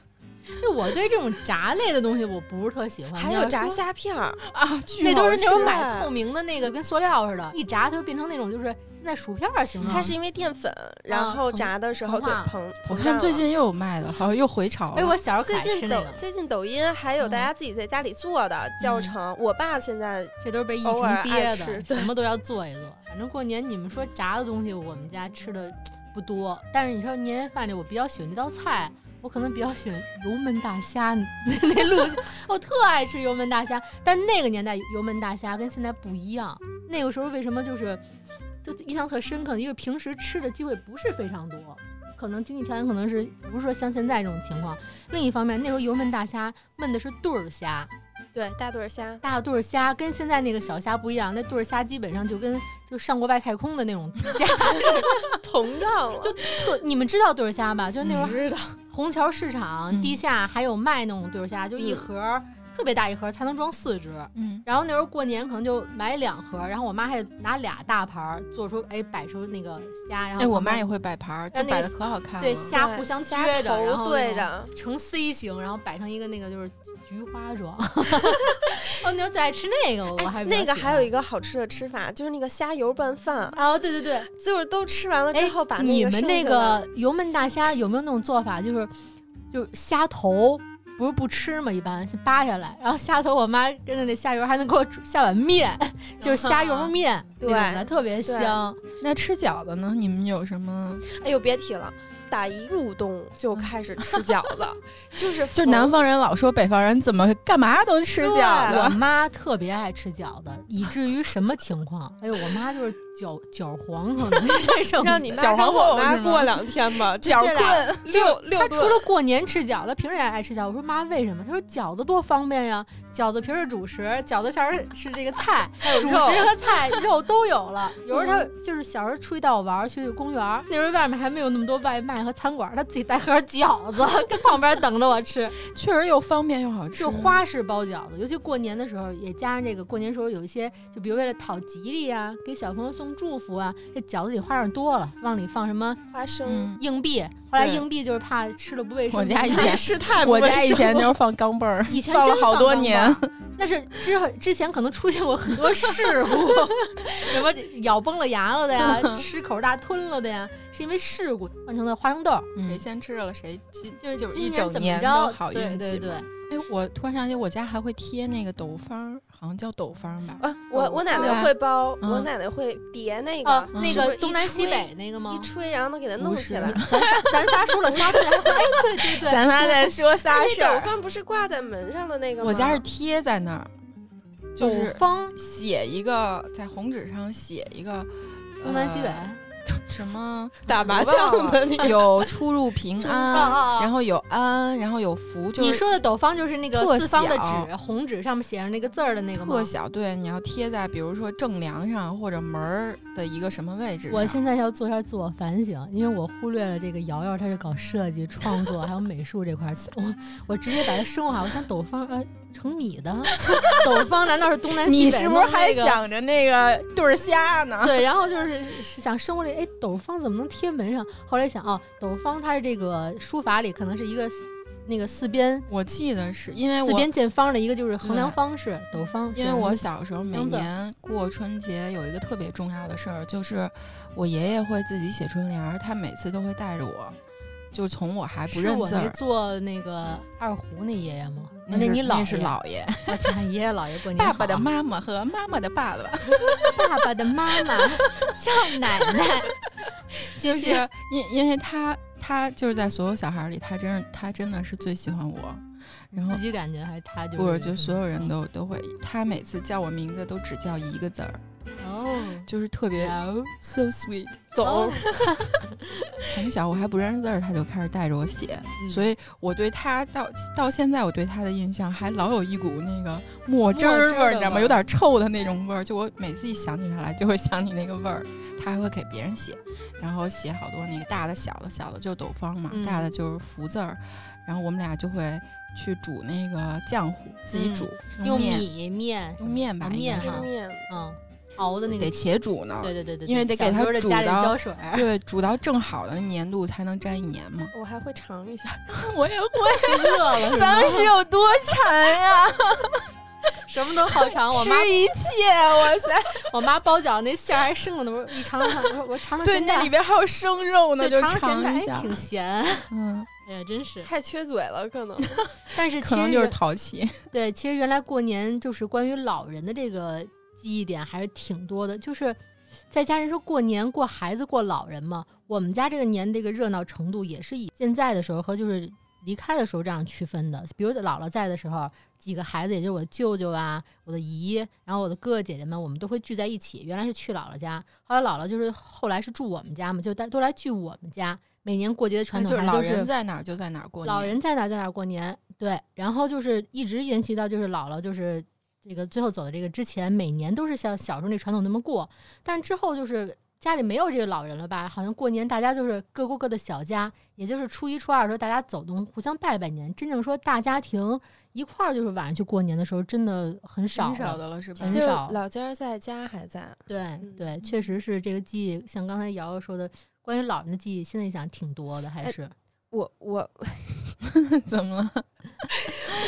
S2: 就我对这种炸类的东西我不是特喜欢，
S1: 还
S2: 你要
S1: 有炸
S2: 说
S1: 虾片儿，
S3: 啊，巨
S2: 那都是
S3: 好
S2: 那种
S1: 吃啊
S2: 买透明的那个，跟塑料似的，一炸它就变成那种就是现在薯片儿形
S3: 嗯
S2: 状。
S1: 它是因为淀粉，
S3: 啊
S1: 然后
S2: 膨
S1: 炸的时候
S2: 膨
S1: 对
S2: 化
S1: 膨，
S3: 我
S1: 膨
S3: 看
S1: 胀
S3: 最
S1: 了
S3: 近又有卖的，好像又回潮了。
S2: 哎，我小时候可
S1: 最
S2: 爱吃
S1: 近
S2: 那
S1: 抖
S2: 个，嗯
S1: 最近抖音还有大家自己在家里做的教程，我爸现在
S2: 这都是被疫
S1: 偶尔
S2: 情憋
S1: 爱
S2: 的，
S1: 吃
S2: 什么都要做一做。反正过年你们说炸的东西，我们家吃的不多，但是你说年夜饭里，我比较喜欢这道菜。我可能比较喜欢油焖大虾 那那路线，我特爱吃油焖大虾。但那个年代油焖大虾跟现在不一样，那个时候为什么就是就印象特深刻？因为平时吃的机会不是非常多，可能经济条件可能是不是说像现在这种情况。另一方面，那时候油焖大虾焖的是对儿虾，
S1: 对大对儿虾，
S2: 大对儿虾跟现在那个小虾不一样，那对儿虾基本上就跟就上过外太空的那种虾，
S1: 膨胀了，
S2: 就特你们知道对儿虾吧？就是那种
S1: 嗯知道，
S2: 虹桥市场、
S3: 嗯
S2: 地下还有卖那种对儿虾，就一
S1: 嗯
S2: 盒儿、特别大一盒儿才能装四只。
S3: 嗯，
S2: 然后那时候过年可能就买两盒儿，然后我妈还拿俩大盘儿做出哎摆出那个虾，然后
S3: 哎，我
S2: 旁边
S3: 妈也会摆盘儿，就
S2: 嗯但那
S3: 摆
S2: 个
S3: 的可好看了。
S2: 对虾
S1: 对
S2: 互相
S1: 虾
S2: 撅着，
S1: 头
S2: 然后那
S1: 对
S2: 种
S1: 着
S2: 成 C 型，然后摆成一个那个就是菊花状。 哦，你要最爱吃那个，我还
S1: 哎
S2: 比较
S1: 那个
S2: 喜
S1: 还
S2: 欢
S1: 有一个好吃的吃法，就是那个虾油拌饭，
S2: 哦，对对对，
S1: 就是都吃完了之
S2: 哎，
S1: 后把
S2: 你
S1: 个
S2: 们
S1: 剩
S2: 那
S1: 下的
S2: 个油焖大虾有没有那种做法？就是就是虾头不是不吃吗？一般是扒下来，然后虾头我妈跟着那虾油还能给我煮下碗面， 就是虾油面
S1: 啊对
S2: 那种的，特别
S1: 对
S2: 香。
S3: 那吃饺子呢？你们有什么？
S1: 哎呦，别提了，打一入冬就
S2: 嗯
S1: 开始吃饺 子，就是
S3: 就
S1: 逢
S3: 南方人老说北方人怎么干嘛都吃饺
S1: 对
S2: 我
S3: 子。
S2: 妈特别爱吃饺子，以至于什么情况？哎呦，我妈就是脚脚黄， 可能是这 种
S1: 让你妈
S3: 小
S1: 跟
S3: 皇
S1: 我
S3: 后
S1: 妈
S3: 是吗
S1: 过两天 吧，这
S3: 脚
S1: 这俩
S3: 困，
S1: 六六
S2: 她除
S1: 顿。
S2: 了过年吃饺子，平时也爱吃饺子。我说妈，为什么？她说饺子多方便呀，饺子皮儿是主食，饺子馅儿是这个菜，主食和菜肉都有了。有时候她就是小时候出去带我玩儿去公园儿，那时候外面还没有那么多外卖，卖和餐馆，他自己带盒饺子跟旁边等着我吃，
S3: 确实又方便又好吃。
S2: 就花式包饺子，尤其过年的时候，也加上这个过年时候有一些，就比如为了讨吉利啊，给小朋友送祝福啊，这饺子里花样多了，往里放什么
S1: 花 生，
S3: 嗯，
S2: 硬币，后来
S3: 对
S2: 硬币就是怕吃了不卫生。
S3: 我家以
S1: 也
S3: 前
S1: 是太不
S3: 我
S1: 卫
S3: 家以
S1: 生
S3: 前
S1: 了
S3: 就是放钢镚儿，
S2: 以前
S3: 放了
S2: 真
S3: 好多
S2: 钢镚儿
S3: 年。
S2: 但是之后之前可能出现过很 多事故，什么咬崩了牙了的呀， 吃口大吞了的呀，是因为事故换成了花生豆儿。
S3: 谁先吃了谁今
S2: 就是
S3: 就是一
S2: 嗯今年
S3: 整
S2: 怎么
S3: 年
S2: 着
S3: 都好运
S2: 对
S3: 气。
S2: 对对，
S3: 哎，我突然想起我家还会贴那个斗方儿，好像叫斗方儿吧。
S1: 啊，我我奶
S3: 豆
S1: 奶
S3: 腐
S1: 会包，
S3: 嗯
S1: 我奶奶会叠那
S2: 嗯哦
S1: 个，
S3: 嗯
S2: 那
S1: 是不
S2: 个
S1: 是
S2: 东
S1: 一
S2: 南西
S1: 吹
S2: 北那个吗
S1: 一？吹，然后能给它弄
S3: 不
S1: 起
S3: 是
S1: 来。
S2: 咱仨说了仨对，哎，对对对，
S3: 咱仨在说仨
S1: 那
S3: 事
S1: 斗
S3: 儿。
S1: 饭不是挂在门上的那个吗？
S3: 我家是贴在那儿，就
S2: 斗
S3: 是
S2: 方
S3: 写一个在红纸上写一个
S2: 东南西北，
S3: 呃什么
S1: 打麻
S3: 我忘
S1: 将
S3: 了
S1: 的那个，
S3: 有出入啊平
S2: 哦哦哦
S3: 安，然后有安，然后有福，就
S2: 你
S3: 是
S2: 说的斗方就是那个
S3: 特
S2: 四方的
S3: 小
S2: 纸，红纸上面写上那个字儿的那个吗
S3: 特？小。对，你要贴在比如说正梁上或者门儿的一个什么位置上。
S2: 我现在要做一下自我反省，因为我忽略了这个瑶瑶，她是搞设计、创作还有美术这块儿，我我直接把它生化。我想斗方呃成你的，斗方难道是东南西北？
S3: 你是不是还
S2: 那个？
S3: 想着那个对儿虾呢？
S2: 对，然后就是是想生活这，哎，斗方怎么能贴门上？后来想，哦，斗方它是这个书法里可能是一个四那个四边
S3: 我记得是因为
S2: 四
S3: 我
S2: 边见方的一个就是衡量
S3: 对
S2: 方式，斗方。
S3: 因为我小时候每
S2: 箱子
S3: 年过春节有一个特别重要的事儿，就是我爷爷会自己写春联儿，他每次都会带着我，就从我还不
S2: 是
S3: 认
S2: 我
S3: 字
S2: 那
S3: 儿，
S2: 做那个二胡那爷爷吗？啊
S3: 是
S2: 你姥
S3: 那
S2: 爷
S3: 是姥爷、
S2: 我操，爷爷姥爷过年
S3: 爸爸的
S2: 好
S3: 妈妈和妈妈的爸 爸，
S2: 爸爸的妈 妈叫奶奶，
S3: 就是 因因为他他就是在所有小孩儿里，他真是他真的是最喜欢我，然后
S2: 自己感觉还是他就
S3: 不
S2: 是
S3: 是就所有人都都会，他每次叫我名字都只叫一个字儿，
S2: 哦，
S3: 就是特别
S2: 哦
S3: so sweet。
S2: 哦
S3: 从小我还不认识字儿，他就开始带着我写，
S2: 嗯
S3: 所以我对他到到现在我对他的印象还老有一股那个墨汁
S2: 墨
S3: 儿
S2: 汁
S3: 味
S2: 儿
S3: 儿，
S2: 的
S3: 你知道
S2: 味
S3: 吗？
S2: 儿
S3: 有点臭的那种味儿。就我每次一想起他来，就会想起那个味儿。他还会给别人写，然后写好多那个大的、小的，小的就是斗方嘛，
S2: 嗯
S3: 大的就是福字儿。然后我们俩就会去煮那个浆糊，自己
S2: 嗯
S3: 煮，
S2: 用
S3: 面
S2: 米面，
S3: 用面吧，
S2: 啊
S3: 应该
S2: 面
S3: 是
S2: 哈
S1: 面
S2: 嗯，熬的那个
S3: 得，且煮呢。
S2: 对对对对，
S3: 因为得给
S2: 小
S3: 它
S2: 时候得
S3: 煮
S2: 加点
S3: 到
S2: 胶水儿，
S3: 对，煮到正好的粘度才能粘一年 嘛。
S1: 我还会尝一下，
S3: 我 也会。
S2: 饿 了是吗
S5: 咱们是有多馋呀、
S2: 什么都好尝。我妈
S5: 吃一切，
S1: 啊
S5: 哇塞！
S2: 我妈包饺子那馅儿还剩了呢，我说一尝尝，我说我尝尝
S3: 对，
S2: 咸
S3: 那里
S2: 淡，
S3: 边还有生肉呢，就
S2: 对，尝
S3: 尝
S2: 咸淡，哎，
S3: 一下。
S2: 挺咸，
S3: 嗯，
S2: 哎呀，真是。
S1: 太缺嘴了，可能
S2: 但是其
S3: 可
S2: 实
S3: 能就是淘气。
S2: 对，其实原来过年就是关于老人的这个记忆点还是挺多的，就是在家人说过年过孩子过老人嘛，我们家这个年这个热闹程度也是以现在的时候和就是离开的时候这样区分的。比如姥姥在的时候，几个孩子，也就是我的舅舅啊、我的姨，然后我的哥哥姐姐们，我们都会聚在一起。原来是去姥姥家，后来姥姥就是后来是住我们家嘛，就大都来聚我们家。每年过节的传统
S3: 哎就是
S2: 还
S3: 老
S2: 都
S3: 人在哪儿就在哪儿过年。
S2: 老人在哪儿在哪儿过年，对，然后就是一直沿袭到就是姥姥就是这个最后走的这个之前，每年都是像小时候那传统那么过，但之后就是家里没有这个老人了吧，好像过年大家就是各过各的小家，也就是初一初二的时候大家走动，互相拜拜年，真正说大家庭一块儿就是晚上去过年的时候，真的很少
S3: 挺
S2: 了，
S3: 少的了，嗯是吧？
S2: 很
S1: 就
S2: 少
S1: 老家儿在家还在，
S2: 对对，确实是这个记忆，像刚才瑶瑶说的，关于老人的记忆，现在想挺多的，还
S1: 哎
S2: 是、
S1: 我我
S3: 怎么 了？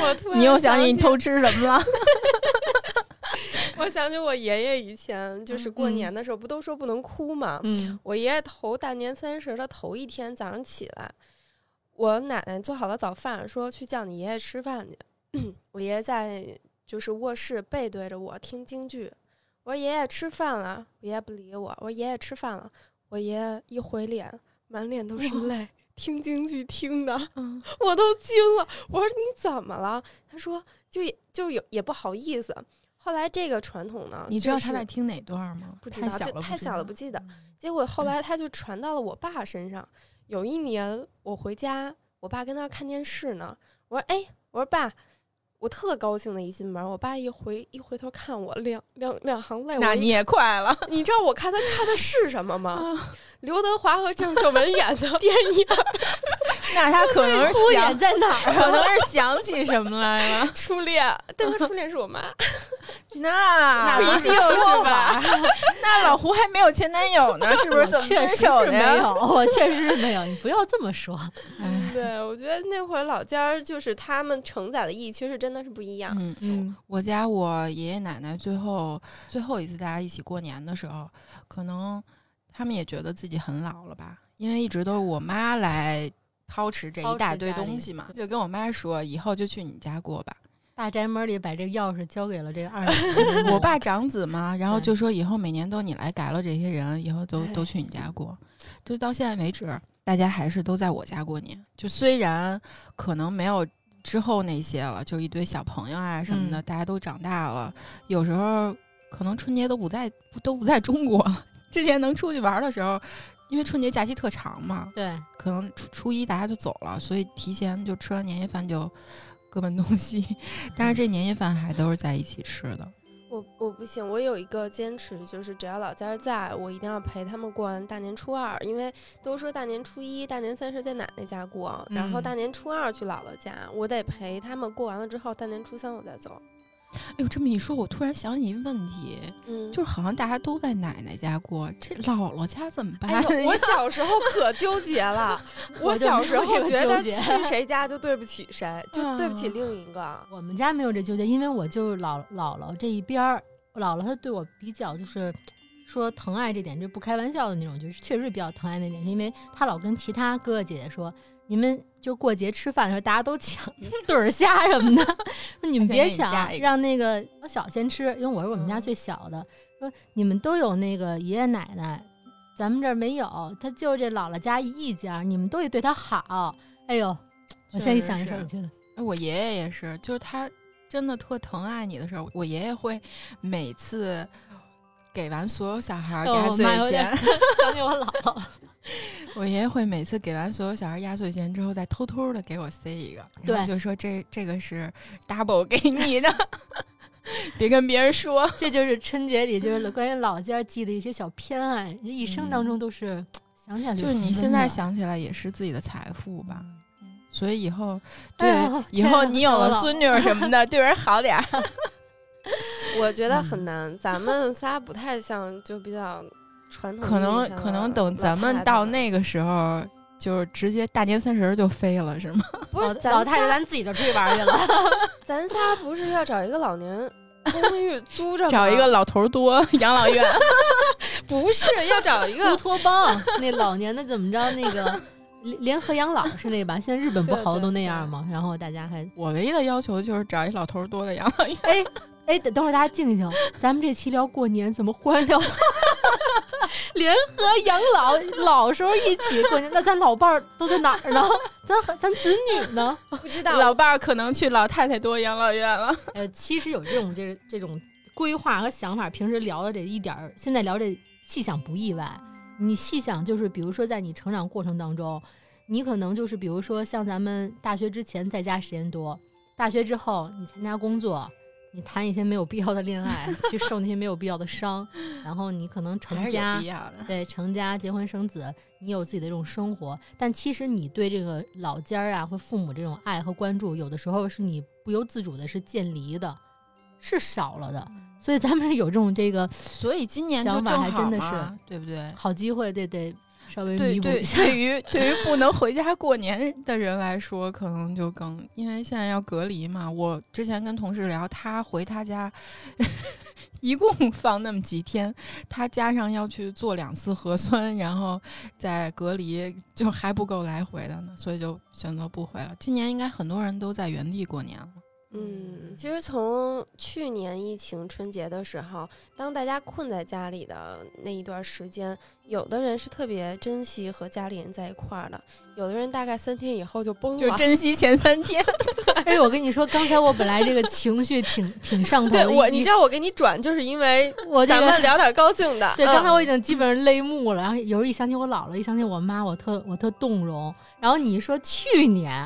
S1: 我突然
S5: 你又想
S1: 想
S5: 起你
S1: 起
S5: 偷吃什么 了？
S1: 我想起我爷爷以前就是过年的时候，不都说不能哭吗？
S2: 嗯
S1: 我爷爷头大年三十的头一天早上起来，我奶奶做好了早饭，说去叫你爷爷吃饭去。 我爷爷在就是卧室背对着我听京剧。我说爷爷吃饭了，我爷爷不理我。我说爷爷吃饭了，我爷爷一回脸，满脸都是泪，听京剧听的，
S3: 嗯
S1: 我都惊了。我说你怎么了？他说就就有也不好意思。后来这个传统呢，
S3: 你知道
S1: 就是
S3: 他在听哪段吗？
S1: 不知
S3: 太
S1: 道，
S3: 小
S1: 就
S3: 了，
S1: 太小了，不
S3: 知
S1: 记得。结果后来他就传到了我爸身上。有一年我回家，我爸跟那儿看电视呢，我说：“哎，我说爸。”我特高兴的一进门，我爸一回一回头哎看我两两两行泪，我
S3: 道。那
S1: 一
S3: 你也快了，
S1: 你知道我看他看的是什么吗？刘德华和郑秀文演的电影，
S5: 那他可能是想，
S2: 在哪儿？啊
S5: 可能是想起什么来了。
S1: 初恋，但他初恋是我妈。
S5: 那
S2: 不
S5: 一定是吧？？ 那老胡还没有前男友呢，是不是？怎么
S2: 嗯确
S5: 分
S2: 实
S5: 手
S2: 是
S5: 的
S2: 没
S5: 呀？
S2: 有，我确实是没有。你不要这么说，
S1: 对，我觉得那会儿老家儿就是他们承载的意义，其实真的是不一样。
S3: 嗯，
S2: 嗯，
S3: 我家我爷爷奶奶最后最后一次大家一起过年的时候，可能他们也觉得自己很老了吧，因为一直都是我妈来掏持这
S2: 掏
S3: 一
S2: 持
S3: 大堆
S2: 家里
S3: 东西嘛，就跟我妈说以后就去你家过吧。
S2: 大宅门里把这个钥匙交给了这 个二奶奶。
S3: 我爸长子嘛，然后
S2: 对
S3: 就说以后每年都你来改了这些人，以后都都去你家过，就到现在为止，大家还是都在我家过年。就虽然可能没有之后那些了，就一堆小朋友啊什么的，
S2: 嗯
S3: 大家都长大了，有时候可能春节都不在不都不在中国了。之前能出去玩的时候，因为春节假期特长嘛，
S2: 对，
S3: 可能初初一大家就走了，所以提前就吃完年夜饭就各奔东西。 但是这年夜饭还都是在一起吃的。
S1: 我我不行，我有一个坚持，就是只要老家儿在，我一定要陪他们过完大年初二，因为都说大年初一、大年三十在奶奶家过，然后
S2: 嗯
S1: 大年初二去姥姥家，我得陪他们过完了之后，大年初三我再走。
S3: 哎呦，这么一说，我突然想起一个问题，
S1: 嗯，
S3: 就是好像大家都在奶奶家过，这姥姥家怎么办
S1: 哎
S3: 呀？
S1: 呦，我小时候可纠结 了，我小时候觉得去 谁家就对不起谁，就对不起另一个。
S2: 我们家没有这纠结，因为我就姥姥姥这一边儿，姥姥她对我比较就是。说疼爱这点，就不开玩笑的那种，就是确实比较疼爱那点，因为她老跟其他哥哥姐姐说，你们就过节吃饭的时候，大家都 抢对儿虾什么的，说你们别
S3: 先给你
S2: 抢
S3: 夹一，个嗯
S2: 让那个我小先吃，因为我是我们家最小的，说你们都有那个爷爷奶奶，咱们这儿没有，他就这姥姥家一家，你们都得对他好。哎呦，我现在一想这事儿，我觉得
S3: 哎 我爷爷也是，就是他真的特疼爱你的时候，我爷爷会每次给完所嗯有小孩儿
S2: 哦
S3: 压
S2: 我
S3: 岁
S2: 妈有点
S3: 钱，
S2: 想起我姥姥了。
S3: 我爷爷会每次给完所有小孩儿压岁钱之后，再偷偷的给我塞一个，然
S2: 对
S3: 后就说这这个是 double 给你的， 别跟别人说。
S2: 这就是春节里就是关于老家记的一些小偏爱，这一生当中都是想起来
S3: 就是你现在，想起来也是自己的财富吧，所以以后对、
S2: 哎呦
S3: 以后
S2: 天啊
S3: 你有了
S2: 说到
S3: 孙女儿什么 的，对人好点儿。
S1: 我觉得很难，咱们仨不太像，就比较传统。
S3: 可能可能等咱们到那个时候，就是直接大年三十儿就飞了， 是吗？
S1: 不是
S2: 老
S1: 咱
S2: 老太太
S1: 仨
S2: 咱自己就出去玩去了，
S1: 咱仨不是要找一个老 年公寓租着吗
S3: 找一个老头儿多养老 院，
S1: 不是要找一
S2: 乌
S1: 个
S2: 托邦那老年的怎么着那个。联联合养老是那吧？现在日本不好多都那样吗？然后大家还
S3: 我唯一的要求就是找一老头儿多的养老院。
S2: 哎哎，等等会儿大家静一静，咱们这期聊过年，怎么忽然 聊联合养老？老时候一起过年，那咱老伴儿都在哪儿呢？咱咱子女呢？
S1: 不 知道
S3: 老伴儿可能去老太太多养老院了。
S2: 呃，其实有这种就是这种规划和想法，平时聊的这一点儿，现在聊这细想不意外。你细想，就是比如说在你成长过程当中，你可能就是比如说像咱们大学之前在家时间多，大学之后你参加工作，你谈一些没有必要的恋爱，去受那些没有必要的伤，然后你可
S3: 哎
S2: 能成家，
S3: 要的。
S2: 对，成家、结婚、生子，你有自己的这种生活，但其实你对这个老家儿啊或父母这种爱和关注，有的时候是你不由自主的是渐离的，是少了的。
S1: 嗯
S2: 所以咱们有这种这个
S3: 所以今年就
S2: 想
S3: 正
S2: 法
S3: 好
S2: 还真的
S3: 嘛对不对？
S2: 好机会，得得稍微
S3: 对
S2: 弥补
S3: 对
S2: 一，下。
S3: 对于对于不能回家过年的人来说，可能就更因为现在要隔离嘛。我之前跟同事聊，他回他家 一共放那么几天，他加上要去做两次核酸，然后再隔离，就还不够来回的呢，所以就选择不回了。今年应该很多人都在原地过年了。
S1: 嗯，其实从去年疫情春节的时候，当大家困在家里的那一段时间，有的人是特别珍惜和家里人在一块儿的，有的人大概三天以后就崩
S3: 就
S1: 了。
S3: 珍惜前 三天，
S2: 哎，我跟你说，刚才我本来这个情绪挺挺上头
S1: 对
S2: 的，
S1: 我，
S2: 一
S1: 你知道我给你转，就是因为
S2: 我这
S1: 咱
S2: 个
S1: 们聊点高兴的。 嗯
S2: 对，刚才我已经基本上泪目了，然后有时候一想起我姥姥，一想起我妈，我特我特动容。 然后你说去年啊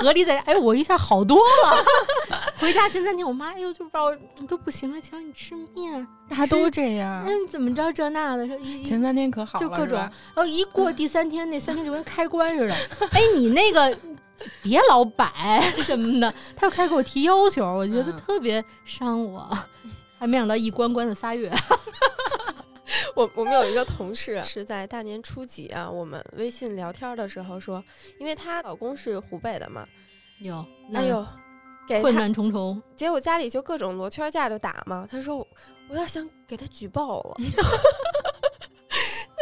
S2: 隔离在家，哎，我一下好多了， 回家前三天，我妈哎呦就把我都不行了，请你吃面，
S3: 大家都这样。
S2: 嗯，怎么着这那的，说一一
S3: 前三天可好了，
S2: 就各
S3: 是
S2: 种，
S3: 吧
S2: 然后一过第三天，那三天就跟开关似的。哎，你那个别老摆什么的，他又开始给我提要求，我觉得
S3: 嗯
S2: 特别伤我。还没想到一关关了仨月，
S1: 我我们有一个同事是在大年初几啊，我们微信聊天的时候说，因为她老公是湖北的嘛，
S2: 哟，那
S1: 哎呦，给
S2: 嗯困
S1: 她
S2: 难重重。
S1: 结果家里就各种罗圈架就打嘛。他说我我要想给他举报了，
S2: 嗯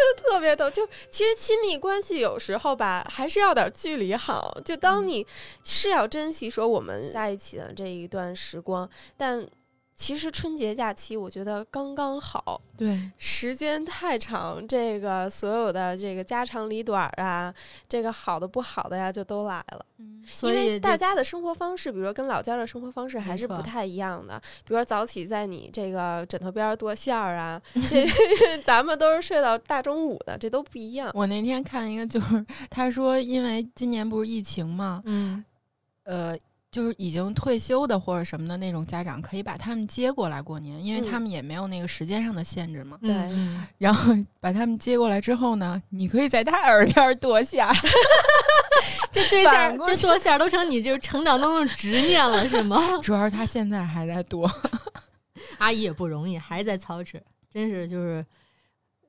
S1: 就特别逗。就其实亲密关系有时候吧，还是要点距离好。就
S2: 嗯
S1: 当你是要珍惜说我们在一起的这一段时光，但其实春节假期我觉得刚刚好，
S3: 对，
S1: 时间太长，这个所有的这个家长里短儿啊，这个好的不好的呀，就都来了。
S2: 所
S1: 因
S2: 以
S1: 为大
S2: 这
S1: 家的生活方式，比如说跟老家的生活方式还
S2: 没
S1: 是不
S2: 错
S1: 太一样的。比如说早起在你这个枕头边儿剁馅儿 啊，这咱们都是睡到大中午的，这都不一样。
S3: 我那天看一个，就是他说，因为今年不是疫情嘛，
S2: 嗯，
S3: 呃，就是已经退休的或者什么的那种家长，可以把他们接过来过年，因为他
S1: 嗯
S3: 们也没有那个时间上的限制嘛。
S1: 对
S2: 嗯
S3: 然后把他们接过来之后呢，你可以在他耳边剁下，
S2: 这对
S3: 反
S2: 象
S3: 过
S2: 这
S3: 去
S2: 剁馅儿都成你就是成长当中的执念了 是吗？
S3: 主要是他现在还在剁。
S2: 阿姨也不容易，还在操持，真是就是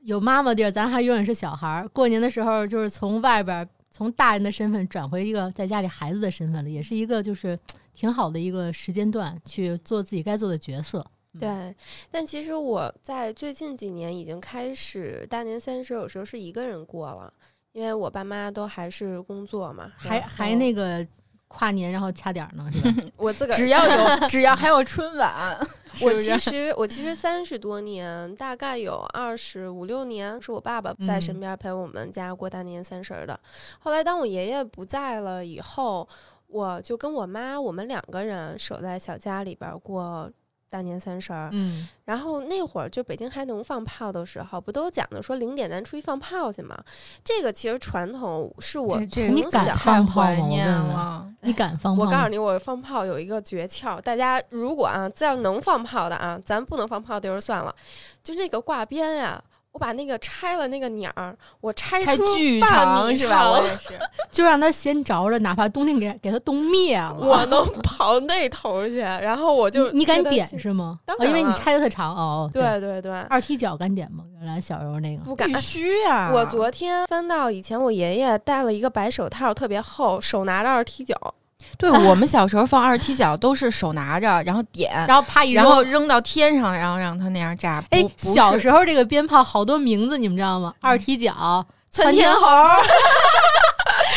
S2: 有妈妈地儿，咱还永远是小孩儿。过年的时候，就是从外边儿从大人的身份转回一个在家里孩子的身份了，也是一个就是挺好的一个时间段，去做自己该做的 角色。
S1: 对，但其实我在最近几年已经开始大年三十，有时候是一个人过了，因为我爸妈都还是工作嘛，
S2: 还
S1: 然
S2: 还
S1: 后
S2: 那个跨年，然后掐点儿呢，是 吧？
S1: 我自个儿
S3: 只要有，只要还有春晚，
S1: 我
S3: 是不
S1: 其
S3: 是
S1: 实我其实三十多年，大概有二十五六年是我爸爸在身
S3: 嗯
S1: 边陪我们家过大年三十儿的。后来当我爷爷不在了以后，我就跟我妈我们两个人守在小家里边儿过。大年三十儿，
S2: 嗯，
S1: 然后那会儿就北京还能放炮的时候，不都讲的说零点咱出去放炮去吗？这个其实传统是我
S3: 这
S2: 你
S1: 从
S2: 敢
S1: 小
S2: 放炮
S3: 怀
S2: 吗我
S3: 念
S2: 问问
S3: 了。
S2: 你敢放炮
S1: 我
S2: 吗？
S1: 告诉你，我放炮有一个诀窍，大家如果啊，只要能放炮的啊，咱不能放炮的就算了，就那个挂鞭呀、我把那个拆了那个鸟儿，我拆
S3: 太
S1: 出
S3: 巨
S1: 半
S3: 长
S1: 米
S3: 是吧？我
S1: 长
S3: 也是，
S2: 就让它先着着，哪怕冬天给给它冻灭了。
S1: 我能跑那头去，然后我就
S2: 你你敢
S1: 觉得
S2: 点
S1: 心
S2: 是吗？
S1: 当
S2: 哦，因为
S1: 然
S2: 你
S1: 了
S2: 拆的特长哦。
S1: 对对对，
S2: 二踢脚敢点吗？原来小时候那个
S1: 不敢
S3: 必。须啊！
S1: 我昨天翻到以前我爷爷戴了一个白手套，特别厚，手拿着二踢脚，
S3: 对我们小时候放二踢脚都是手拿着，然后点，
S2: 然后啪一
S3: 然
S2: 扔，
S3: 后扔到天上，然后让它那样炸。
S2: 哎
S3: 不，不
S2: 小
S3: 是
S2: 时候这个鞭炮好多名字，你们知道吗？二踢脚、窜天猴，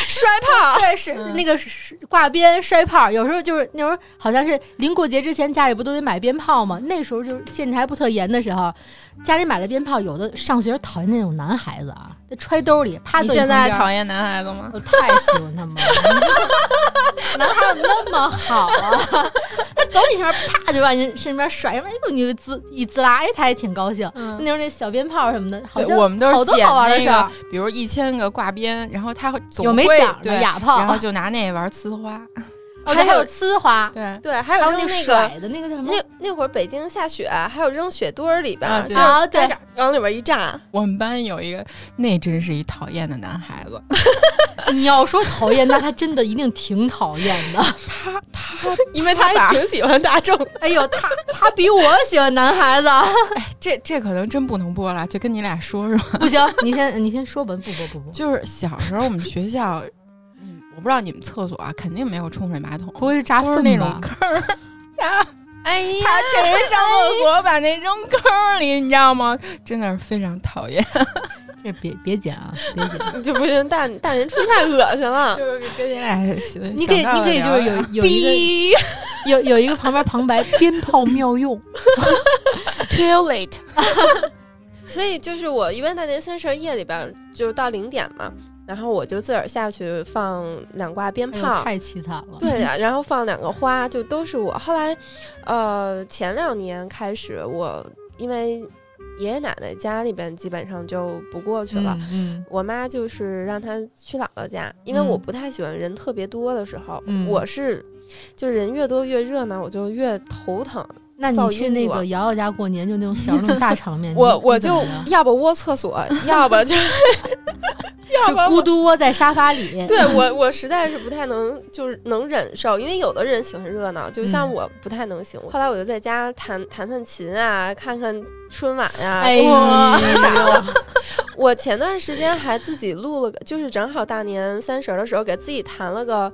S1: 摔炮，
S2: 对，是那个是挂鞭、摔炮。有时候就是那时候，好像是临过节之前，家里不都得买鞭炮吗？那时候就是限制还不特严的时候，家里买了鞭炮，有的上学讨厌那种男孩子啊，就揣兜里，啪
S3: 你
S2: 坐
S3: 现在
S2: 旁边
S3: 讨厌男孩子吗？
S2: 我太喜欢他们了， 男孩儿那么好啊，他走你身边，啪就往你身边甩，哎呦，你就滋一滋啦，哎，他也挺高兴。
S3: 嗯
S2: 那时候那小鞭炮什么的，好
S3: 对
S2: 像
S3: 我们都是
S2: 好多
S3: 捡
S2: 好玩的
S3: 那
S2: 事儿
S3: 个，比如一千个挂鞭，然后他会总
S2: 有没
S3: 会
S2: 响的
S3: 对，
S2: 哑
S3: 然后
S2: 炮，
S3: 就拿那玩呲 花。
S2: 哦，
S1: 还
S2: 对，还
S1: 有
S2: 有呲花，
S3: 对，
S1: 对，还有
S2: 还有
S1: 扔那
S2: 那
S1: 个
S2: 甩的那个叫什么
S1: 那？那会儿北京下雪，还有扔雪堆儿里边
S3: 啊
S1: 儿，
S3: 对
S1: 就
S2: 啊对
S1: 在这儿往里边一 炸，
S3: 我们班有一个，那真是一讨厌的男孩子，
S2: 你要说讨厌，那他真的一定挺讨厌的。
S1: 因为他
S3: 把
S1: 还挺喜欢大众。
S2: 哎呦，他他比我喜欢男孩子，
S3: 这这可能真不能播了，就跟你俩说说。
S2: 不行，你先你先说吧，不不不不，
S3: 就是小时候我们学校， 嗯，我不知道你们厕所啊，肯定没有冲水马桶，
S2: 不会是扎
S3: 都是
S2: 粪
S3: 那种
S2: 吧？
S3: 坑儿。他
S1: 哎呀，
S3: 他确实上厕
S2: 哎
S3: 所把那扔坑儿里，你知道吗？真的是非常讨厌，
S2: 这别别剪啊，别 剪。
S1: 就不行，大大年初一太恶心 了。
S3: 就是跟你俩
S2: 你可以，你可以就是有有 一
S1: 逼
S2: 个有有一个旁边旁白“鞭炮妙 用
S1: too late。所以就是我一般大年三十夜里边儿就到零点嘛，然后我就自个儿下去放两挂”，鞭
S2: 哎呦
S1: 炮，
S2: 太凄惨了。
S1: 对呀，然后放两个花，就都是我。后来，呃，前两年开始我因为。爷爷奶奶家里边基本上就不过去了。
S2: 嗯
S1: 我妈就是让她去姥姥家，因为
S2: 嗯
S1: 我不太喜欢人特别多的时候，
S2: 嗯
S1: 我是就人越多越热闹，我就越头疼。
S2: 那你
S1: 噪
S2: 去
S1: 音
S2: 那
S1: 多
S2: 个瑶瑶家过年，就那种小那种大 场面，
S1: 嗯我
S2: 你
S1: 我
S2: 你怎么
S1: 就
S2: 样
S1: 要不窝厕 所，
S3: 嗯
S1: 要不就要
S2: 就
S1: 不我
S2: 孤独窝在沙发 里。
S1: 对我，我实在是不太能，就是能忍受，因为有的人喜欢热闹，就像
S2: 嗯
S1: 我不太能行。后来我就在家弹弹弹琴啊，看看春晚呀、
S2: 哎呦，
S1: 哇我前段时间还自己录了个，就是正好大年三十儿的时候给自己弹了个，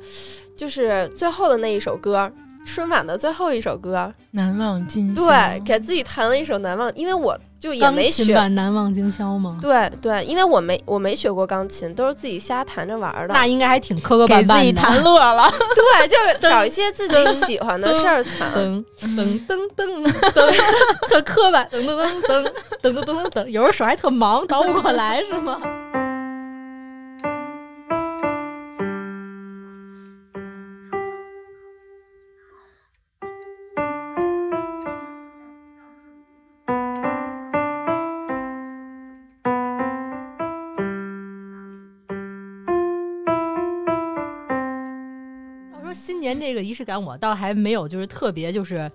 S1: 就是最后的那一首歌。春晚的最后一首歌，
S3: 难忘今宵。
S1: 对，给自己弹了一首《难忘》，因为我就也
S2: 钢
S1: 没
S2: 琴
S1: 学，
S2: 版《难忘今宵》吗？
S1: 对对，因为我没我没学过钢琴，都是自己瞎弹着玩儿的。
S2: 那应该还挺磕磕
S3: 给
S2: 绊
S3: 自己
S2: 绊
S3: 弹
S2: 的。
S3: 乐了，
S1: 对，就是 找一些自己喜欢的事儿嗯弹。
S2: 噔噔噔噔噔，特磕巴，噔噔噔噔噔噔噔噔噔，有时候手还特忙，倒不过来是 吗？要说新年这个仪式感，我倒还没有，就是特别就是。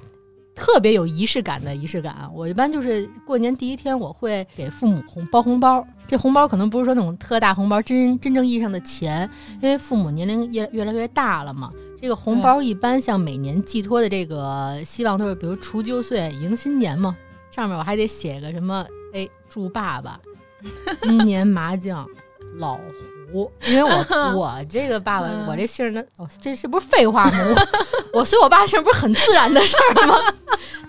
S2: 特别有仪式感的仪式感啊，我一般就是过年第一天，我会给父母红包红包。这红包可能不是说那种特大红包，真真正意义上的钱，因为父母年龄越越来越大了嘛。这个红包一般像每年寄托的这个希望都是，比如除旧岁迎新年嘛。上面我还得写个什么，哎，祝爸爸今年麻将老胡，因为我我这个爸爸，
S3: 嗯
S2: 我这姓儿呢，哦，这是不是废话吗？我 我随我爸姓儿不是很自然的事儿吗？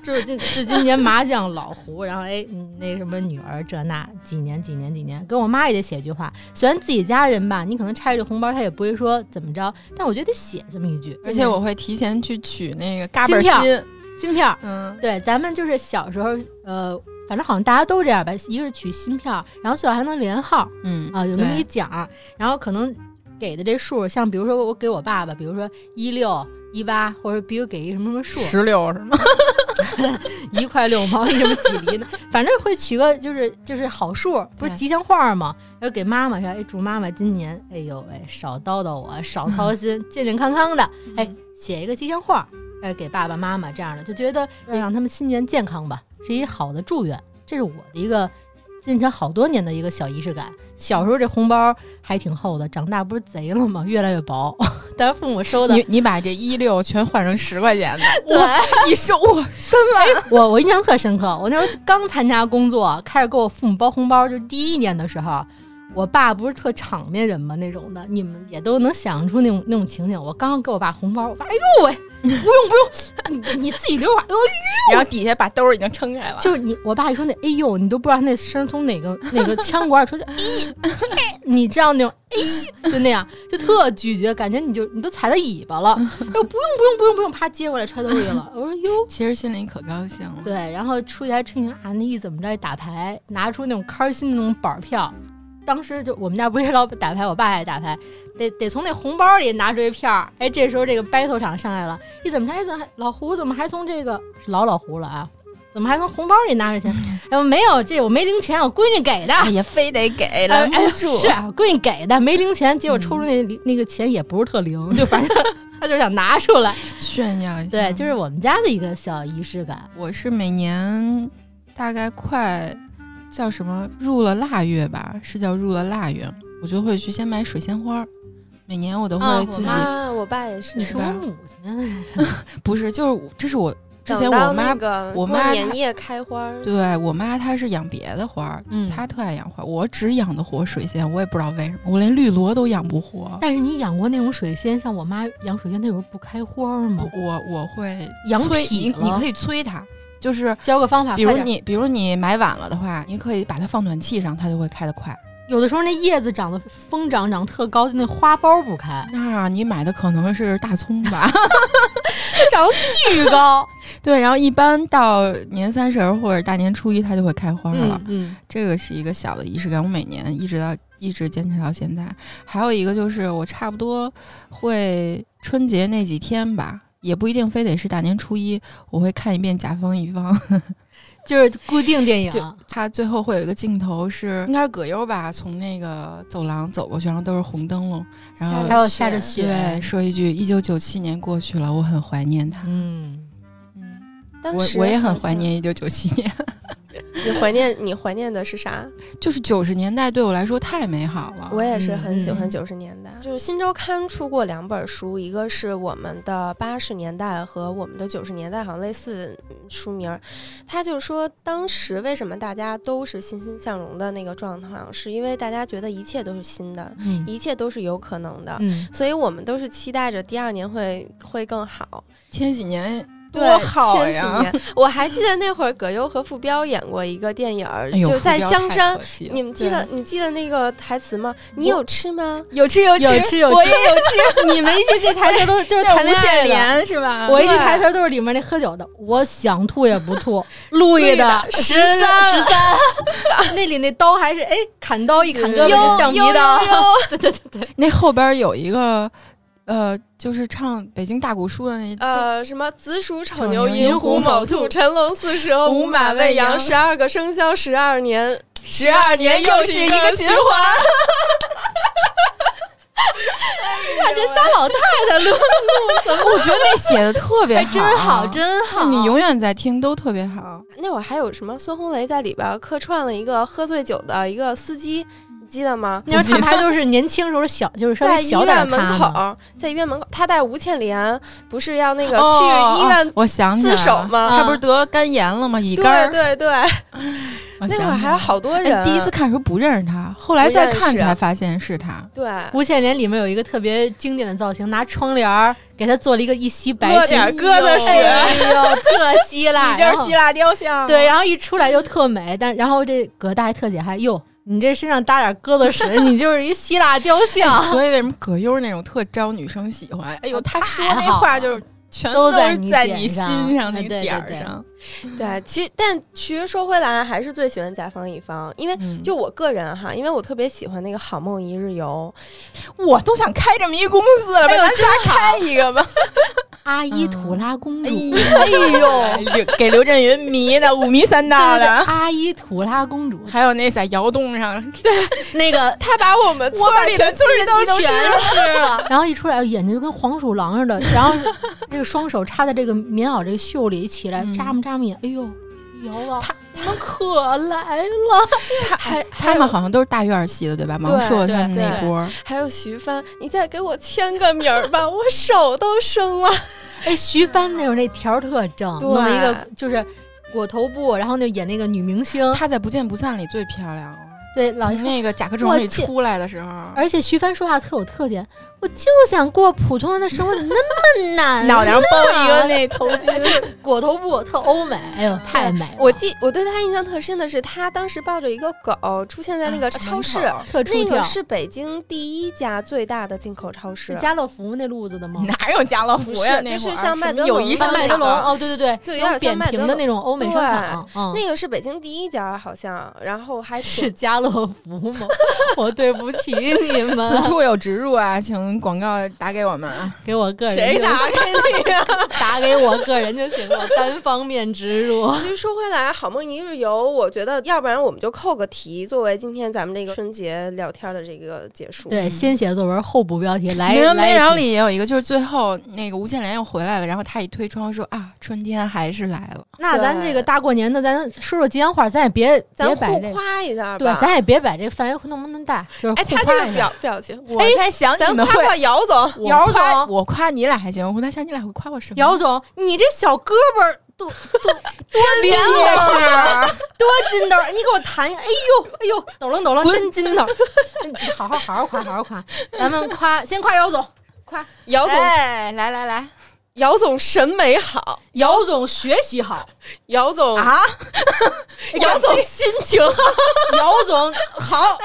S2: 祝今祝今年麻将老胡，然后哎，嗯那什么女儿这那几年几年几年，跟我妈也得写一句话。虽然自己家人吧，你可能拆着红包，他也不会说怎么着，但我觉得得写这么一句。
S3: 而且我会提前去取那个嘎
S2: 心
S3: 嘣
S2: 跳
S3: 心，
S2: 芯片儿，
S3: 嗯，
S2: 对，咱们就是小时候，呃，反正好像大家都这样吧，一个是取芯片儿，然后最好还能连号
S3: 嗯
S2: 啊，有那么
S3: 对
S2: 一奖儿，然后可能给的这数，像比如说我给我爸爸，比如说一六一八，或者比如给一什么什么数，
S3: 石榴是吗？
S2: 一块六毛一什么几厘的，反正会取个就是就是好数，不是吉祥话吗？然后给妈妈说，哎，祝妈妈今年，哎呦喂、少叨叨我，少操心，健健康康的，哎，写一个吉祥话，哎，给爸爸妈妈这样的，就觉得哎让他们新年健康吧，是一好的祝愿，这是我的一个。进城好多年的一个小仪式感，小时候这红包还挺厚的，长大不是贼了吗？越来越薄。 但是父母收的，
S3: 你你把这一六全换成十块钱的，哇，一收哇三万，
S2: 我我印象特深刻，我那时候刚参加工作，开始给我父母包红包，就是第一年的时候，我爸不是特场面人嘛那种的，你们也都能想象出那种那种情景。我刚给我爸红包，我爸哎呦喂，不用不用，你你自己留吧。哎呦
S3: 然后底下把兜儿已经撑开了，
S2: 就是你，我爸一说那哎呦，你都不知道那声儿从哪个哪个腔管儿出去，哎，你知道那种哎，就那样，就特拒绝，感觉你就你都踩到尾巴了。哎呦，不用不用不用不用，啪接过来揣兜里了。我说哟。
S3: 其实心里可高兴了。
S2: 对，然后出去还吹牛啊，那一怎么着一打牌，拿出那种开心的那种板票。当时就我们家不是老打牌，我爸爱打牌，得得从那红包里拿出一票儿。哎，这时候这个 battle 场上来了，一怎么着，哎怎么还老胡怎么还从这个是老老胡了啊？怎么还从红包里拿着 钱？哎，我没有这，我没零钱，我闺女给的。
S3: 哎呀，非得给，
S2: 哎
S3: 拦
S2: 哎
S3: 不
S2: 呦，
S3: 住。
S2: 是啊闺女给的，没零钱，结果抽出那
S3: 嗯
S2: 零那个钱也不是特零，就反正他就想拿出来。
S3: 炫耀一下。
S2: 对，就是我们家的一个小仪式感。
S3: 我是每年大概快叫什么入了腊月吧，是叫入了腊月，我就会去先买水仙花儿。每年我都
S2: 啊
S3: 会
S2: 我
S3: 自己，
S1: 啊，我爸也是
S2: 你。是我
S3: 吧
S2: 母亲，啊
S3: 不是，就是我这是我之前
S1: 等到
S3: 我妈
S1: 那个
S3: 我
S1: 过
S3: 妈
S1: 年
S3: 她
S1: 夜开花儿，
S3: 对我妈她是养别的花儿，
S2: 嗯
S3: 她特爱养花儿，我只养得活水仙，我也不知道为什么，我连绿萝都养不活。
S2: 但是你养过那种水仙，像我妈养水仙，她有时候不开花儿吗？
S3: 我我会
S2: 养
S3: 催
S2: 痞
S3: 你，你
S2: 了
S3: 可以催它，就是
S2: 教个方法，
S3: 比如
S2: 快点
S3: 你比如你买晚了的话，你可以把它放暖气上，它就会开得快。
S2: 有的时候那叶子长得疯长长特高，就那花苞不开，
S3: 那你买的可能是大葱 吧？
S2: 它长得巨高。
S3: 对，然后一般到年三十儿或者大年初一，它就会开花了。
S2: 嗯嗯，
S3: 这个是一个小的仪式感，我每年一直到一直坚持到现在。还有一个就是，我差不多会春节那几天吧，也不一定非得是大年初一，我会看一遍《甲方乙方》
S2: 就是固定电影
S3: 就他最后会有一个镜头是，应该是葛优吧，从那个走廊走过去，然后都是红灯笼，然后
S2: 还有下着雪
S3: 对说一句：“一九九七年过去了，我很怀念他。
S2: 嗯，”
S3: 嗯，
S1: 当
S3: 我
S1: 时
S3: 我也很
S1: 好
S3: 怀
S1: 像。
S3: 念一九九七年，
S1: 你怀念你怀念的是啥？
S3: 就是九十年代对我来说太美好了。
S1: 我也是很喜欢
S3: 嗯
S1: 九十年代，就是《新周刊》出过两本书，一个是我们的八十年代和我们的九十年代，好像类似嗯书名儿。他就说，当时为什么大家都是欣欣向荣的那个状态，啊是因为大家觉得一切都是新的，
S2: 嗯
S1: 一切都是有可能的，
S2: 嗯，
S1: 所以我们都是期待着第二年会会更好。
S3: 千禧年
S1: 对
S3: 多好
S1: 千禧
S3: 呀！
S1: 年， 我还记得那会儿葛优和傅彪演过一个电影儿，
S3: 哎呦
S1: 就是在
S3: 浮标
S1: 香
S3: 太
S1: 山
S3: 可。惜了
S1: 你们记得你记得那个台词吗？你
S3: 我
S1: 有吃吗？
S5: 有吃有吃，
S2: 有吃有
S5: 我
S2: 吃
S5: 也有吃，
S2: 你们一些这台词都是就是
S5: 那
S2: 谈
S5: 无
S2: 恋爱
S5: 限
S2: 的。
S5: 连是吧？
S2: 我一句
S1: 对
S2: 台词都是里面那喝酒的，我想吐也不吐。路易的十十三， 那里那刀还是哎砍刀一砍胳
S5: 哟
S2: 膊是橡皮
S5: 哟
S2: 刀，
S5: 哟哟
S2: 对对对对，
S3: 那后边有一个，呃，就是唱《北京大鼓书》的那，
S1: 呃，什么子鼠、丑
S3: 丑
S1: 牛、
S3: 牛
S1: 寅
S3: 寅
S1: 虎、
S3: 虎
S1: 卯
S3: 卯
S1: 兔、
S3: 兔
S1: 辰龙、巳蛇、午
S3: 午马
S1: 马
S3: 未
S1: 未羊，
S3: 羊
S1: 十二个生肖，十二年，
S5: 十二年又是一个循环。
S2: 看这仨老太太乐，
S3: 我觉得那写的特别
S2: 哎
S3: 好，
S2: 真
S1: 啊
S2: 好真好，
S3: 你永远在听都特别好。
S1: 那会儿还有什么？孙红雷在里边儿客串了一个喝醉酒的一个司机，你记得吗？
S2: 那时候他们还都是年轻时候小，就是稍
S1: 在
S2: 微
S1: 医
S2: 小点儿
S1: 院
S2: 的
S1: 门
S2: 他
S1: 口
S2: 嘛。
S1: 儿，在医院门口，他带吴倩莲不是要那个
S3: 哦
S1: 去医院
S3: 哦我想起来
S1: 自首
S3: 了
S1: 吗？
S3: 他不是得肝炎了吗？乙肝
S1: 对对
S3: 儿。
S1: 对，
S3: 我
S1: 那
S3: 想
S1: 会儿
S3: 起
S1: 还
S3: 来
S1: 有
S3: 了
S1: 好多
S3: 哎
S1: 人。啊
S3: 第一次看的时候不认识他，后来
S1: 不
S3: 再
S1: 认识
S3: 看才发现是他。
S1: 对，
S2: 无限连里面有一个特别经典的造型，拿窗帘儿给他做了一个一袭白
S1: 落
S2: 裙，
S1: 点儿鸽子屎
S2: 哎呦， 特希腊，
S5: 你就
S2: 然
S5: 是
S2: 后
S5: 希腊雕像，
S2: 对，，然后一出来就特美，但然后这葛大爷特姐还哟，你这身上搭点鸽子屎，你就是一希腊雕 像，
S3: 所以为什么葛优那种特招女生喜欢？哎呦，他说
S2: 哦太
S3: 那
S2: 好
S3: 话
S2: 了
S3: 就是全
S2: 都在
S3: 是
S2: 你
S3: 在
S2: 点
S3: 你
S2: 上
S3: 心上
S2: 哎
S3: 那
S2: 对
S3: 点儿
S2: 对对
S3: 上。
S1: 对，其实但其实说回来，还是最喜欢甲方乙方，因为
S3: 嗯
S1: 就我个人哈，因为我特别喜欢那个《好梦一日游
S3: 我都想开这么一公司了，
S5: 哎
S3: 被
S5: 呦
S3: 咱
S5: 真
S3: 仨开一个吧。
S1: 哎
S2: 阿依土拉公主。
S3: 哎呦，刘给刘震云迷的五迷三
S2: 对
S3: 道
S2: 对对
S3: 的，
S2: 阿依土拉公主，
S3: 还有那在窑洞上，
S2: 那个》，
S1: 他把我们村儿里的村人都
S2: 全吃了，然后一出来眼睛就跟黄鼠狼似的，然后 这个双手插在这个棉袄这个袖里，一起来
S3: 嗯
S2: 眨巴眨巴眼，哎呦，瑶啊
S3: 他，
S2: 你们可来了，
S1: 还还
S3: 他们
S1: 有
S3: 好像都是大院儿系的，对吧？王朔他们
S2: 对
S3: 那波儿，
S1: 还有徐帆，你再给我签个名儿吧，我手都生了。
S2: 哎，徐帆那会儿那条儿特正，
S1: 对
S2: 弄了一个就是裹头布，然后就演那个女明星，
S3: 她在《不见不散》里最漂亮啊了。
S2: 对，老是
S3: 从那个甲壳虫里出来的时候，
S2: 而且徐帆说话特有特点，我就想过普通人的生活，怎么那么难？
S3: 脑袋上 包一个那头巾，
S2: 裹头布特欧美，哎呦，太美了！
S1: 我记我对他印象特深的是，他当时抱着一个狗出现在那个超市，
S3: 啊
S2: 特出
S1: 那
S2: 挑
S1: 个是北京第一家最大的进口超市。
S2: 家乐福那路子的吗？
S3: 哪有家乐福呀？
S1: 不是
S3: 那会
S1: 就
S3: 儿
S1: 是像麦德龙
S3: 什么友谊商
S2: 麦德
S3: 场
S2: 龙
S3: 啊，
S2: 哦，对对对，
S1: 对有
S2: 那
S1: 点像
S2: 种扁
S1: 麦德
S2: 平的那种欧美商场，嗯，
S1: 那个是北京第一家，好像，然后还挺
S2: 是家乐福吗？我对不起你
S3: 此
S2: 们，
S3: 处有植入啊，请广告打给我们啊。
S2: 给我个人
S1: 谁
S2: 就
S1: 打
S2: 行
S1: 给你啊？
S2: 打给我个人就行了，单方面植入。
S1: 其实说回来，《好梦一日游》，我觉得要不然我们就扣个题，作为今天咱们这个春节聊天的这个结束。
S2: 对，先写作文后补标题， 来
S3: 没完没
S2: 来
S3: 了
S2: 一
S3: 里也有一个，就是最后那个吴倩莲又回来了，然后她一推窗说啊，春天还是来了。
S2: 那咱这个大过年的，咱说说吉祥话，咱也别
S1: 咱
S2: 别摆
S1: 互
S2: 这个，
S1: 夸一下吧。
S2: 对，咱也别把这个范围那么那么大，就是
S1: 哎，
S2: 互
S1: 他这
S2: 夸
S1: 个
S2: 一下。
S1: 表表情，
S3: 我在想
S1: 咱
S3: 你
S1: 夸
S3: 们会，
S1: 夸姚总，
S3: 我
S2: 姚
S3: 夸
S2: 总
S3: 我夸你俩还行，我在想你俩会夸我什么？
S2: 姚总，你这小胳膊儿多多多
S3: 你
S2: 筋
S3: 也
S2: 道儿，
S3: 是，
S2: 多筋道儿，你给我弹一下，哎呦哎呦，抖楞抖楞，真筋道儿。你好好好好夸好 好夸，咱们夸先夸姚总，
S1: 姚总，
S3: 哎，来来来，
S1: 姚总审美好，
S2: 姚总学习好，哎
S1: 姚总
S3: 啊，
S1: 姚总心情好，
S2: 姚总好。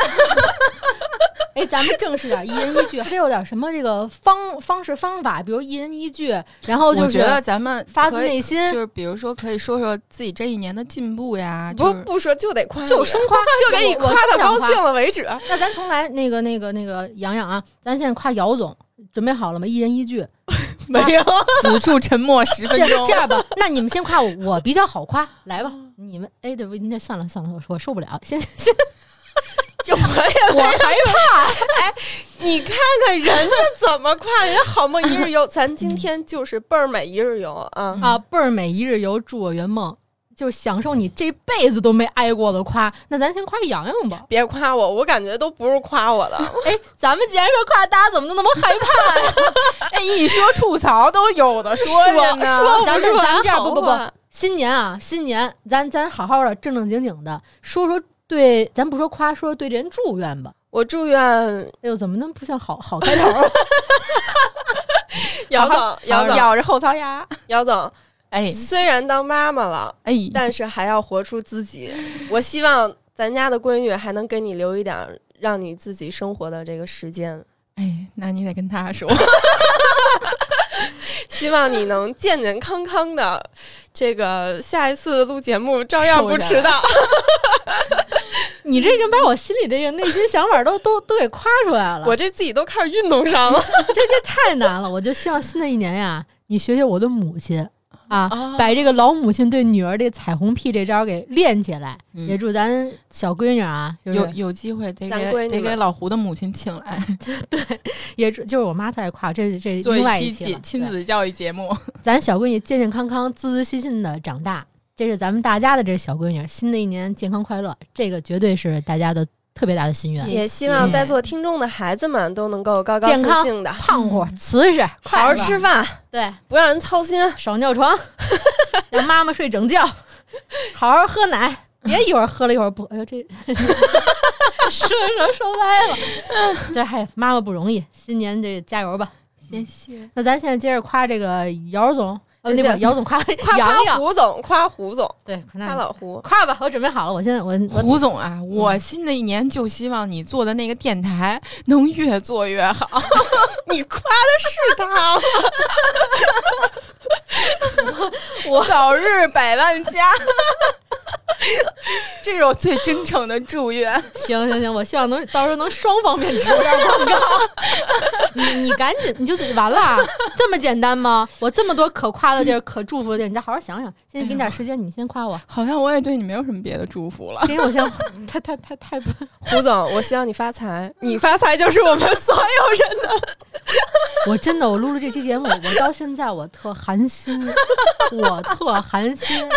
S2: 哎，咱们正式点儿，一人一句，还有点儿什么这个方方式方法，比如一人一句，然后就
S3: 我
S2: 是
S3: 觉得咱们
S2: 发自
S3: 可以
S2: 内心，
S3: 就是比如说可以说说自己这一年的进步呀，
S1: 不
S3: 就是
S1: 不说就得夸你，
S2: 就生夸，
S1: 就给你
S2: 我
S1: 夸到高兴。了为止。
S2: 我那咱重来，那个那个那个洋洋啊，咱现在夸姚总，准备好了吗？一人一句，
S1: 没有，
S3: 此处沉默十
S1: 哎
S3: 分
S2: 这
S3: 钟。
S2: 这样吧，那你们先夸我，我比较好夸，来吧，你们哎，对不，那算了算了，我我受不了，先先，
S1: 就我也
S2: 我害怕，
S1: 你看看人家怎么夸人家好梦一日游，咱今天就是倍儿美一日游啊！
S2: 啊，倍儿美一日游，祝我圆梦，就是享受你这辈子都没挨过的夸。那咱先夸洋洋吧。
S1: 别夸我，我感觉都不是夸我的。
S2: 哎，咱们既然说夸，大家怎么都那么害怕 呀？
S3: 哎，一说吐槽都有的说着呢。
S1: 说不
S2: 咱
S1: 出
S2: 们咱
S1: 来
S2: 们这样不不不
S1: 好话，
S2: 新年啊，新年，咱咱好好的、正正经经的说说对，咱不说夸，说对这人祝愿吧。
S1: 我祝愿
S2: 哎呦，怎么那么不像好好开头啊？
S1: 姚总，姚总，
S3: 咬着后槽牙。
S1: 姚总，
S3: 哎
S1: 虽然当妈妈了，
S3: 哎，
S1: 但是还要活出自己。我希望咱家的闺女还能给你留一点儿让你自己生活的这个时间，
S3: 哎，那你得跟他说。
S1: 希望你能健健康康的。这个下一次录节目照样不迟到。
S2: 你这已经把我心里这个内心想法都都都给夸出来了。
S1: 我这自己都开始运动上了。
S2: 这这太难了，我就希望新的一年呀，你学学我的母亲啊，
S3: 哦
S2: 把这个老母亲对女儿这彩虹屁这招给练起来。
S3: 嗯
S2: 也祝咱小闺女啊，就
S3: 有
S2: 是
S3: 有机会得
S1: 咱
S3: 给
S1: 闺女
S3: 得给
S1: 们
S3: 老胡的母亲请来
S2: 也祝就是我妈太夸这这
S3: 做
S2: 另外
S3: 期
S2: 一期了
S3: 亲亲
S2: 对
S3: 子教育节目。
S2: 咱小闺女健健康康、自自信信的长大，这是咱们大家的这小闺女。新的一年健康快乐，这个绝对是大家的特别大的心愿。
S1: 也希望在座听众的孩子们都能够高高
S2: 健康
S1: 兴兴的，
S2: 胖乎、
S3: 嗯
S2: 瓷实、
S1: 好
S2: 快
S1: 好
S2: 乐
S1: 吃，饭，
S2: 对，
S1: 不让人操心。
S2: 少尿床， 让妈妈睡整觉，好好喝奶，别一会儿喝了一会儿不，哎呦这 说说说歪了。这还妈妈不容易，新年这加油吧。
S3: 谢谢。
S2: 那咱现在接着夸这个姚总，呃，那
S1: 这
S2: 不姚总夸
S1: 夸
S2: 杨
S1: 夸
S2: 洋，
S1: 胡总，夸胡总，
S2: 对，夸
S1: 夸
S2: 那
S1: 老胡。
S2: 夸吧，我准备好了，我现在我我
S3: 胡总啊，我新的一年就希望你做的那个电台能越做越好。
S1: 你夸的是他吗？
S3: 我早日百万加， 这是我最真诚的祝愿。
S2: 行行行，我希望能到时候能双方面植入点广告。 你你赶紧，你就完了，啊这么简单吗？我这么多可夸的地儿，可祝福的地儿，你再好好想想。现在给你点时间，你先夸我。
S3: 好像我也对你没有什么别的祝 福了。
S2: 其实我先，他他他太不，
S1: 胡总，我希望你发财，你发财就是我们所有人的。
S2: 我真的，我录了这期节目，我到现在我特寒心，我特寒心。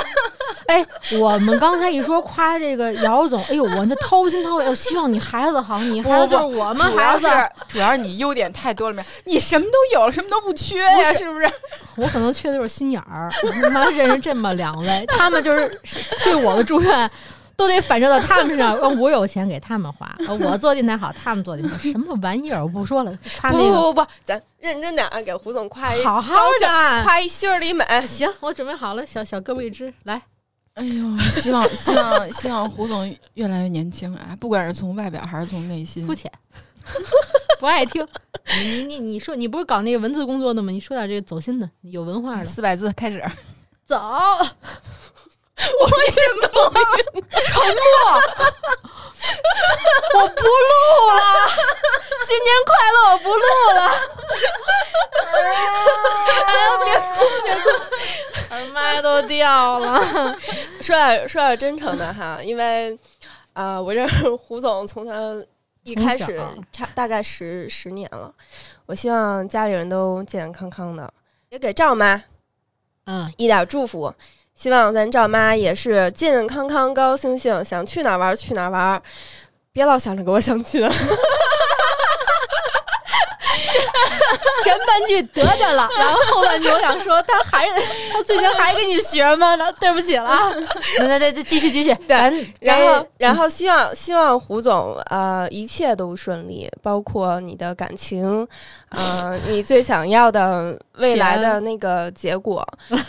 S2: 哎，我们刚才一说夸这个姚总，哎呦，我那掏心掏肺，哎呦，希望你孩子好，你孩子就是我们
S3: 主
S2: 孩
S3: 要
S2: 子
S3: 是。主要是你优点太多了，没？你什么都有了，什么都不缺呀，是不是？
S2: 我可能缺的就是心眼儿。我他妈认识这么两位，他们就是对我的祝愿。都得反射到他们身上，让我有钱给他们花，呃我做电台好，他们做电台什么玩意儿？我不说了，夸
S1: 不
S2: 那个
S1: 不不不，咱认真点啊，给胡总夸一
S2: 好啊好
S1: 高兴，
S2: 的。
S1: 夸一心儿里 美。
S2: 行，我准备好了，小小胳膊一只，来，
S3: 哎呦，希望希望希望胡总越来越年轻啊！不管是从外表还是从内心
S2: 肤，浅， 不爱听。你你你说你不是搞那个文字工作的吗？你说点这个走心的，有文化的。
S3: 四百字开始。
S2: 走，
S1: 我听懂了，
S2: 我不录了，新年快乐，我不录了。哎呦，别哭，别哭，耳麦都掉了。
S1: 说点说点真诚的哈，因为啊、呃我认识胡总从他一开
S2: 从
S1: 始
S2: 小
S1: 差大概十十年了。我希望家里人都健健康康的，也给赵妈
S2: 嗯，
S1: 一点祝福。希望咱赵妈也是健健康康、高高兴兴，想去哪儿玩儿去哪儿玩儿，别老想着给我相 亲。
S2: 前半句得着了，然后后半句我想说，他还 他最近还跟你学吗？那对不起了啊， 那那那继续继续，咱
S1: 然后，然后希望希望胡总呃一切都顺利，包括你的感 情，呃，你最想要的未来的那个结 果，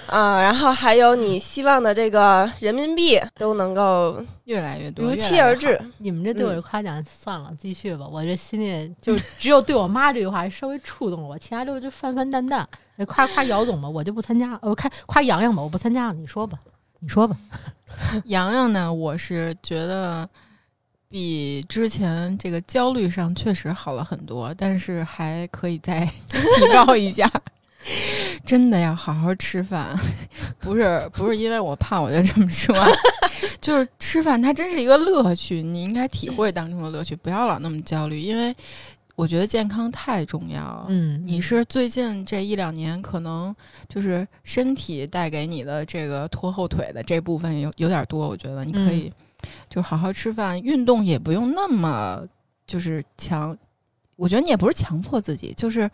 S1: 啊、然后还有你希望的这个人民币都能够
S3: 越来越多，
S1: 如
S3: 越来
S1: 期
S3: 越
S1: 而
S3: 好。嗯
S1: 至。
S2: 你们这对我的夸奖算了，继续吧。我这心里就只有对我妈这句话稍微触动了我，其他都就泛泛淡淡。夸夸姚总吧，我就不参加了。我看夸洋洋吧，我不参加了。你说吧，你说吧。
S3: 洋洋呢，我是觉得比之前这个焦虑 上确实好了很多，但是还可以再提高一下。 真的要好好吃饭，不是不是因为我胖我就这么说， 就是吃饭它真是一个乐趣，你应该体会当中的乐趣，不要老那么焦虑，因为我觉得健康太重要了。
S2: 嗯，
S3: 你是最近这一两年可能就是身体带给你的这个拖后腿的这部分有有点多，我觉得你可以就好好吃饭，运动也不用那么就是强。我觉得你也不是强迫自己，就是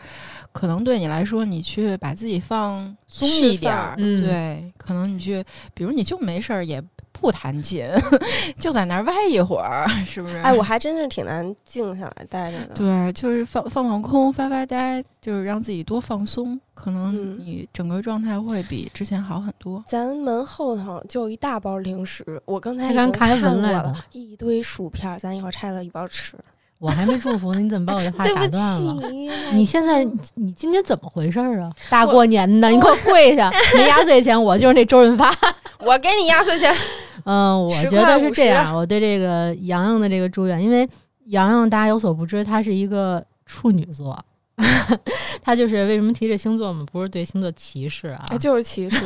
S3: 可能对你来说，你去把自己放松一点
S2: 释放
S3: 儿，
S2: 嗯
S3: 对，可能你去，比如你就没事儿也不弹琴， 就在那儿歪一会儿，是不是？
S1: 哎，我还真是挺难静下来待着的。
S3: 对，就是放放放空、发发呆，就是让自己多放松，可能
S1: 嗯
S3: 你整个状态会比之前好很多。
S1: 咱门后头就有一大包零食，我刚才
S2: 还
S1: 已
S2: 刚
S1: 经
S2: 开
S1: 看
S2: 门
S1: 过
S2: 来
S1: 了
S2: 的，
S1: 一堆薯片，咱一会儿拆了一包吃。
S2: 我还没祝福呢，你怎么把我的话
S1: 对
S2: 打
S1: 不
S2: 断了？
S1: 起，嗯
S2: 你现在你今天怎么回事儿啊？大过年的，你给我跪 下！没压岁钱，我就是那周润发。
S1: 我给你压岁钱。
S2: 嗯，我
S1: 10
S2: 觉
S1: 块
S2: 得是
S1: 50
S2: 这样。我对这个洋洋的这个祝愿，因为洋洋大家有所不知，她是一个处女座， 她就是为什么提这星座嘛，不是对星座歧视啊，
S1: 哎就是歧视，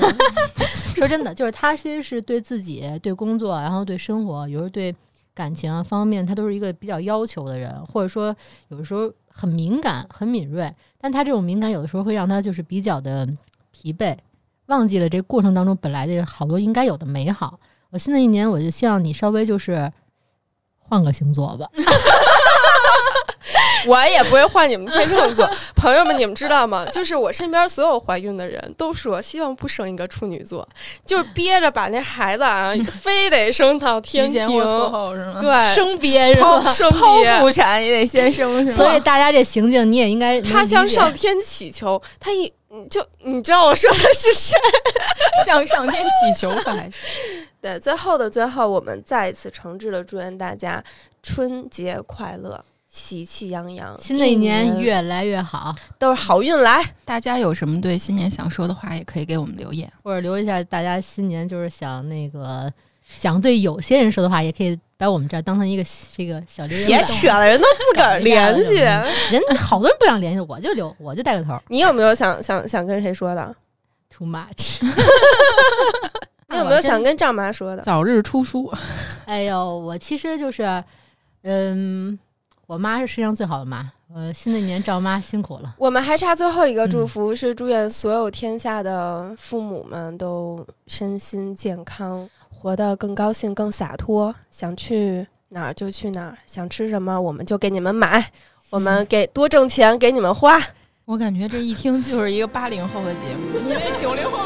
S2: 说真的，就是他其实是对自己、对工作，然后对生活，有时候对感情啊方面，他都是一个比较要求的人，或者说有时候很敏感、很敏锐。但他这种敏感，有的时候会让他就是比较的疲惫，忘记了这过程当中本来的好多应该有的美好。我新的一年，我就希望你稍微就是换个星座吧。
S1: 我也不会换你们天秤座。朋友们，你们知道吗？就是我身边所有怀孕的人都说，希望不生一个处女座，就是憋着把那孩子 啊，非得生到天
S5: 前
S1: 平，
S5: 或错后是吗？
S1: 对，
S2: 生别是
S1: 剖
S2: 吧？
S1: 生
S5: 剖
S1: 别。
S5: 腹产也得先生是吗？
S2: 所以大家这行径你也应该能
S1: 他向
S2: 理解
S1: 上天祈求，他一你就你知道我说的是谁？
S5: 向上天祈求吧，还是
S1: 对，最后的最后，我们再一次诚挚的祝愿大家春节快乐，喜气洋洋，
S2: 新的一年
S1: 年
S2: 越来越好。
S1: 都是好运来。
S3: 大家有什么对新年想说的话，也可以给我们留言。
S2: 或者留一下大家新年就是想那个想对有些人说的话，也可以把我们这儿当成一个这个小留言
S1: 别
S2: 板
S1: 扯了，人都自个儿联系。
S2: 人好多人不想联系，我就留，我就带个头
S1: 你有没有想想想跟谁说的？
S2: ，too much。
S1: 你有
S2: 啊
S1: 没有想跟丈妈说的？
S3: 早日出书，
S2: 哎呦，我其实就是，嗯，我妈是世界上最好的妈。呃，新的一年赵妈辛苦了，
S1: 我们还差最后一个
S2: 嗯
S1: 祝福，是祝愿所有天下的父母们都身心健康，活得更高兴、更洒脱，想去哪儿就去哪儿，想吃什么我们就给你们买，我们 给多挣钱给你们花。
S3: 我感觉这一听就是一个八零后的节目，因为九零后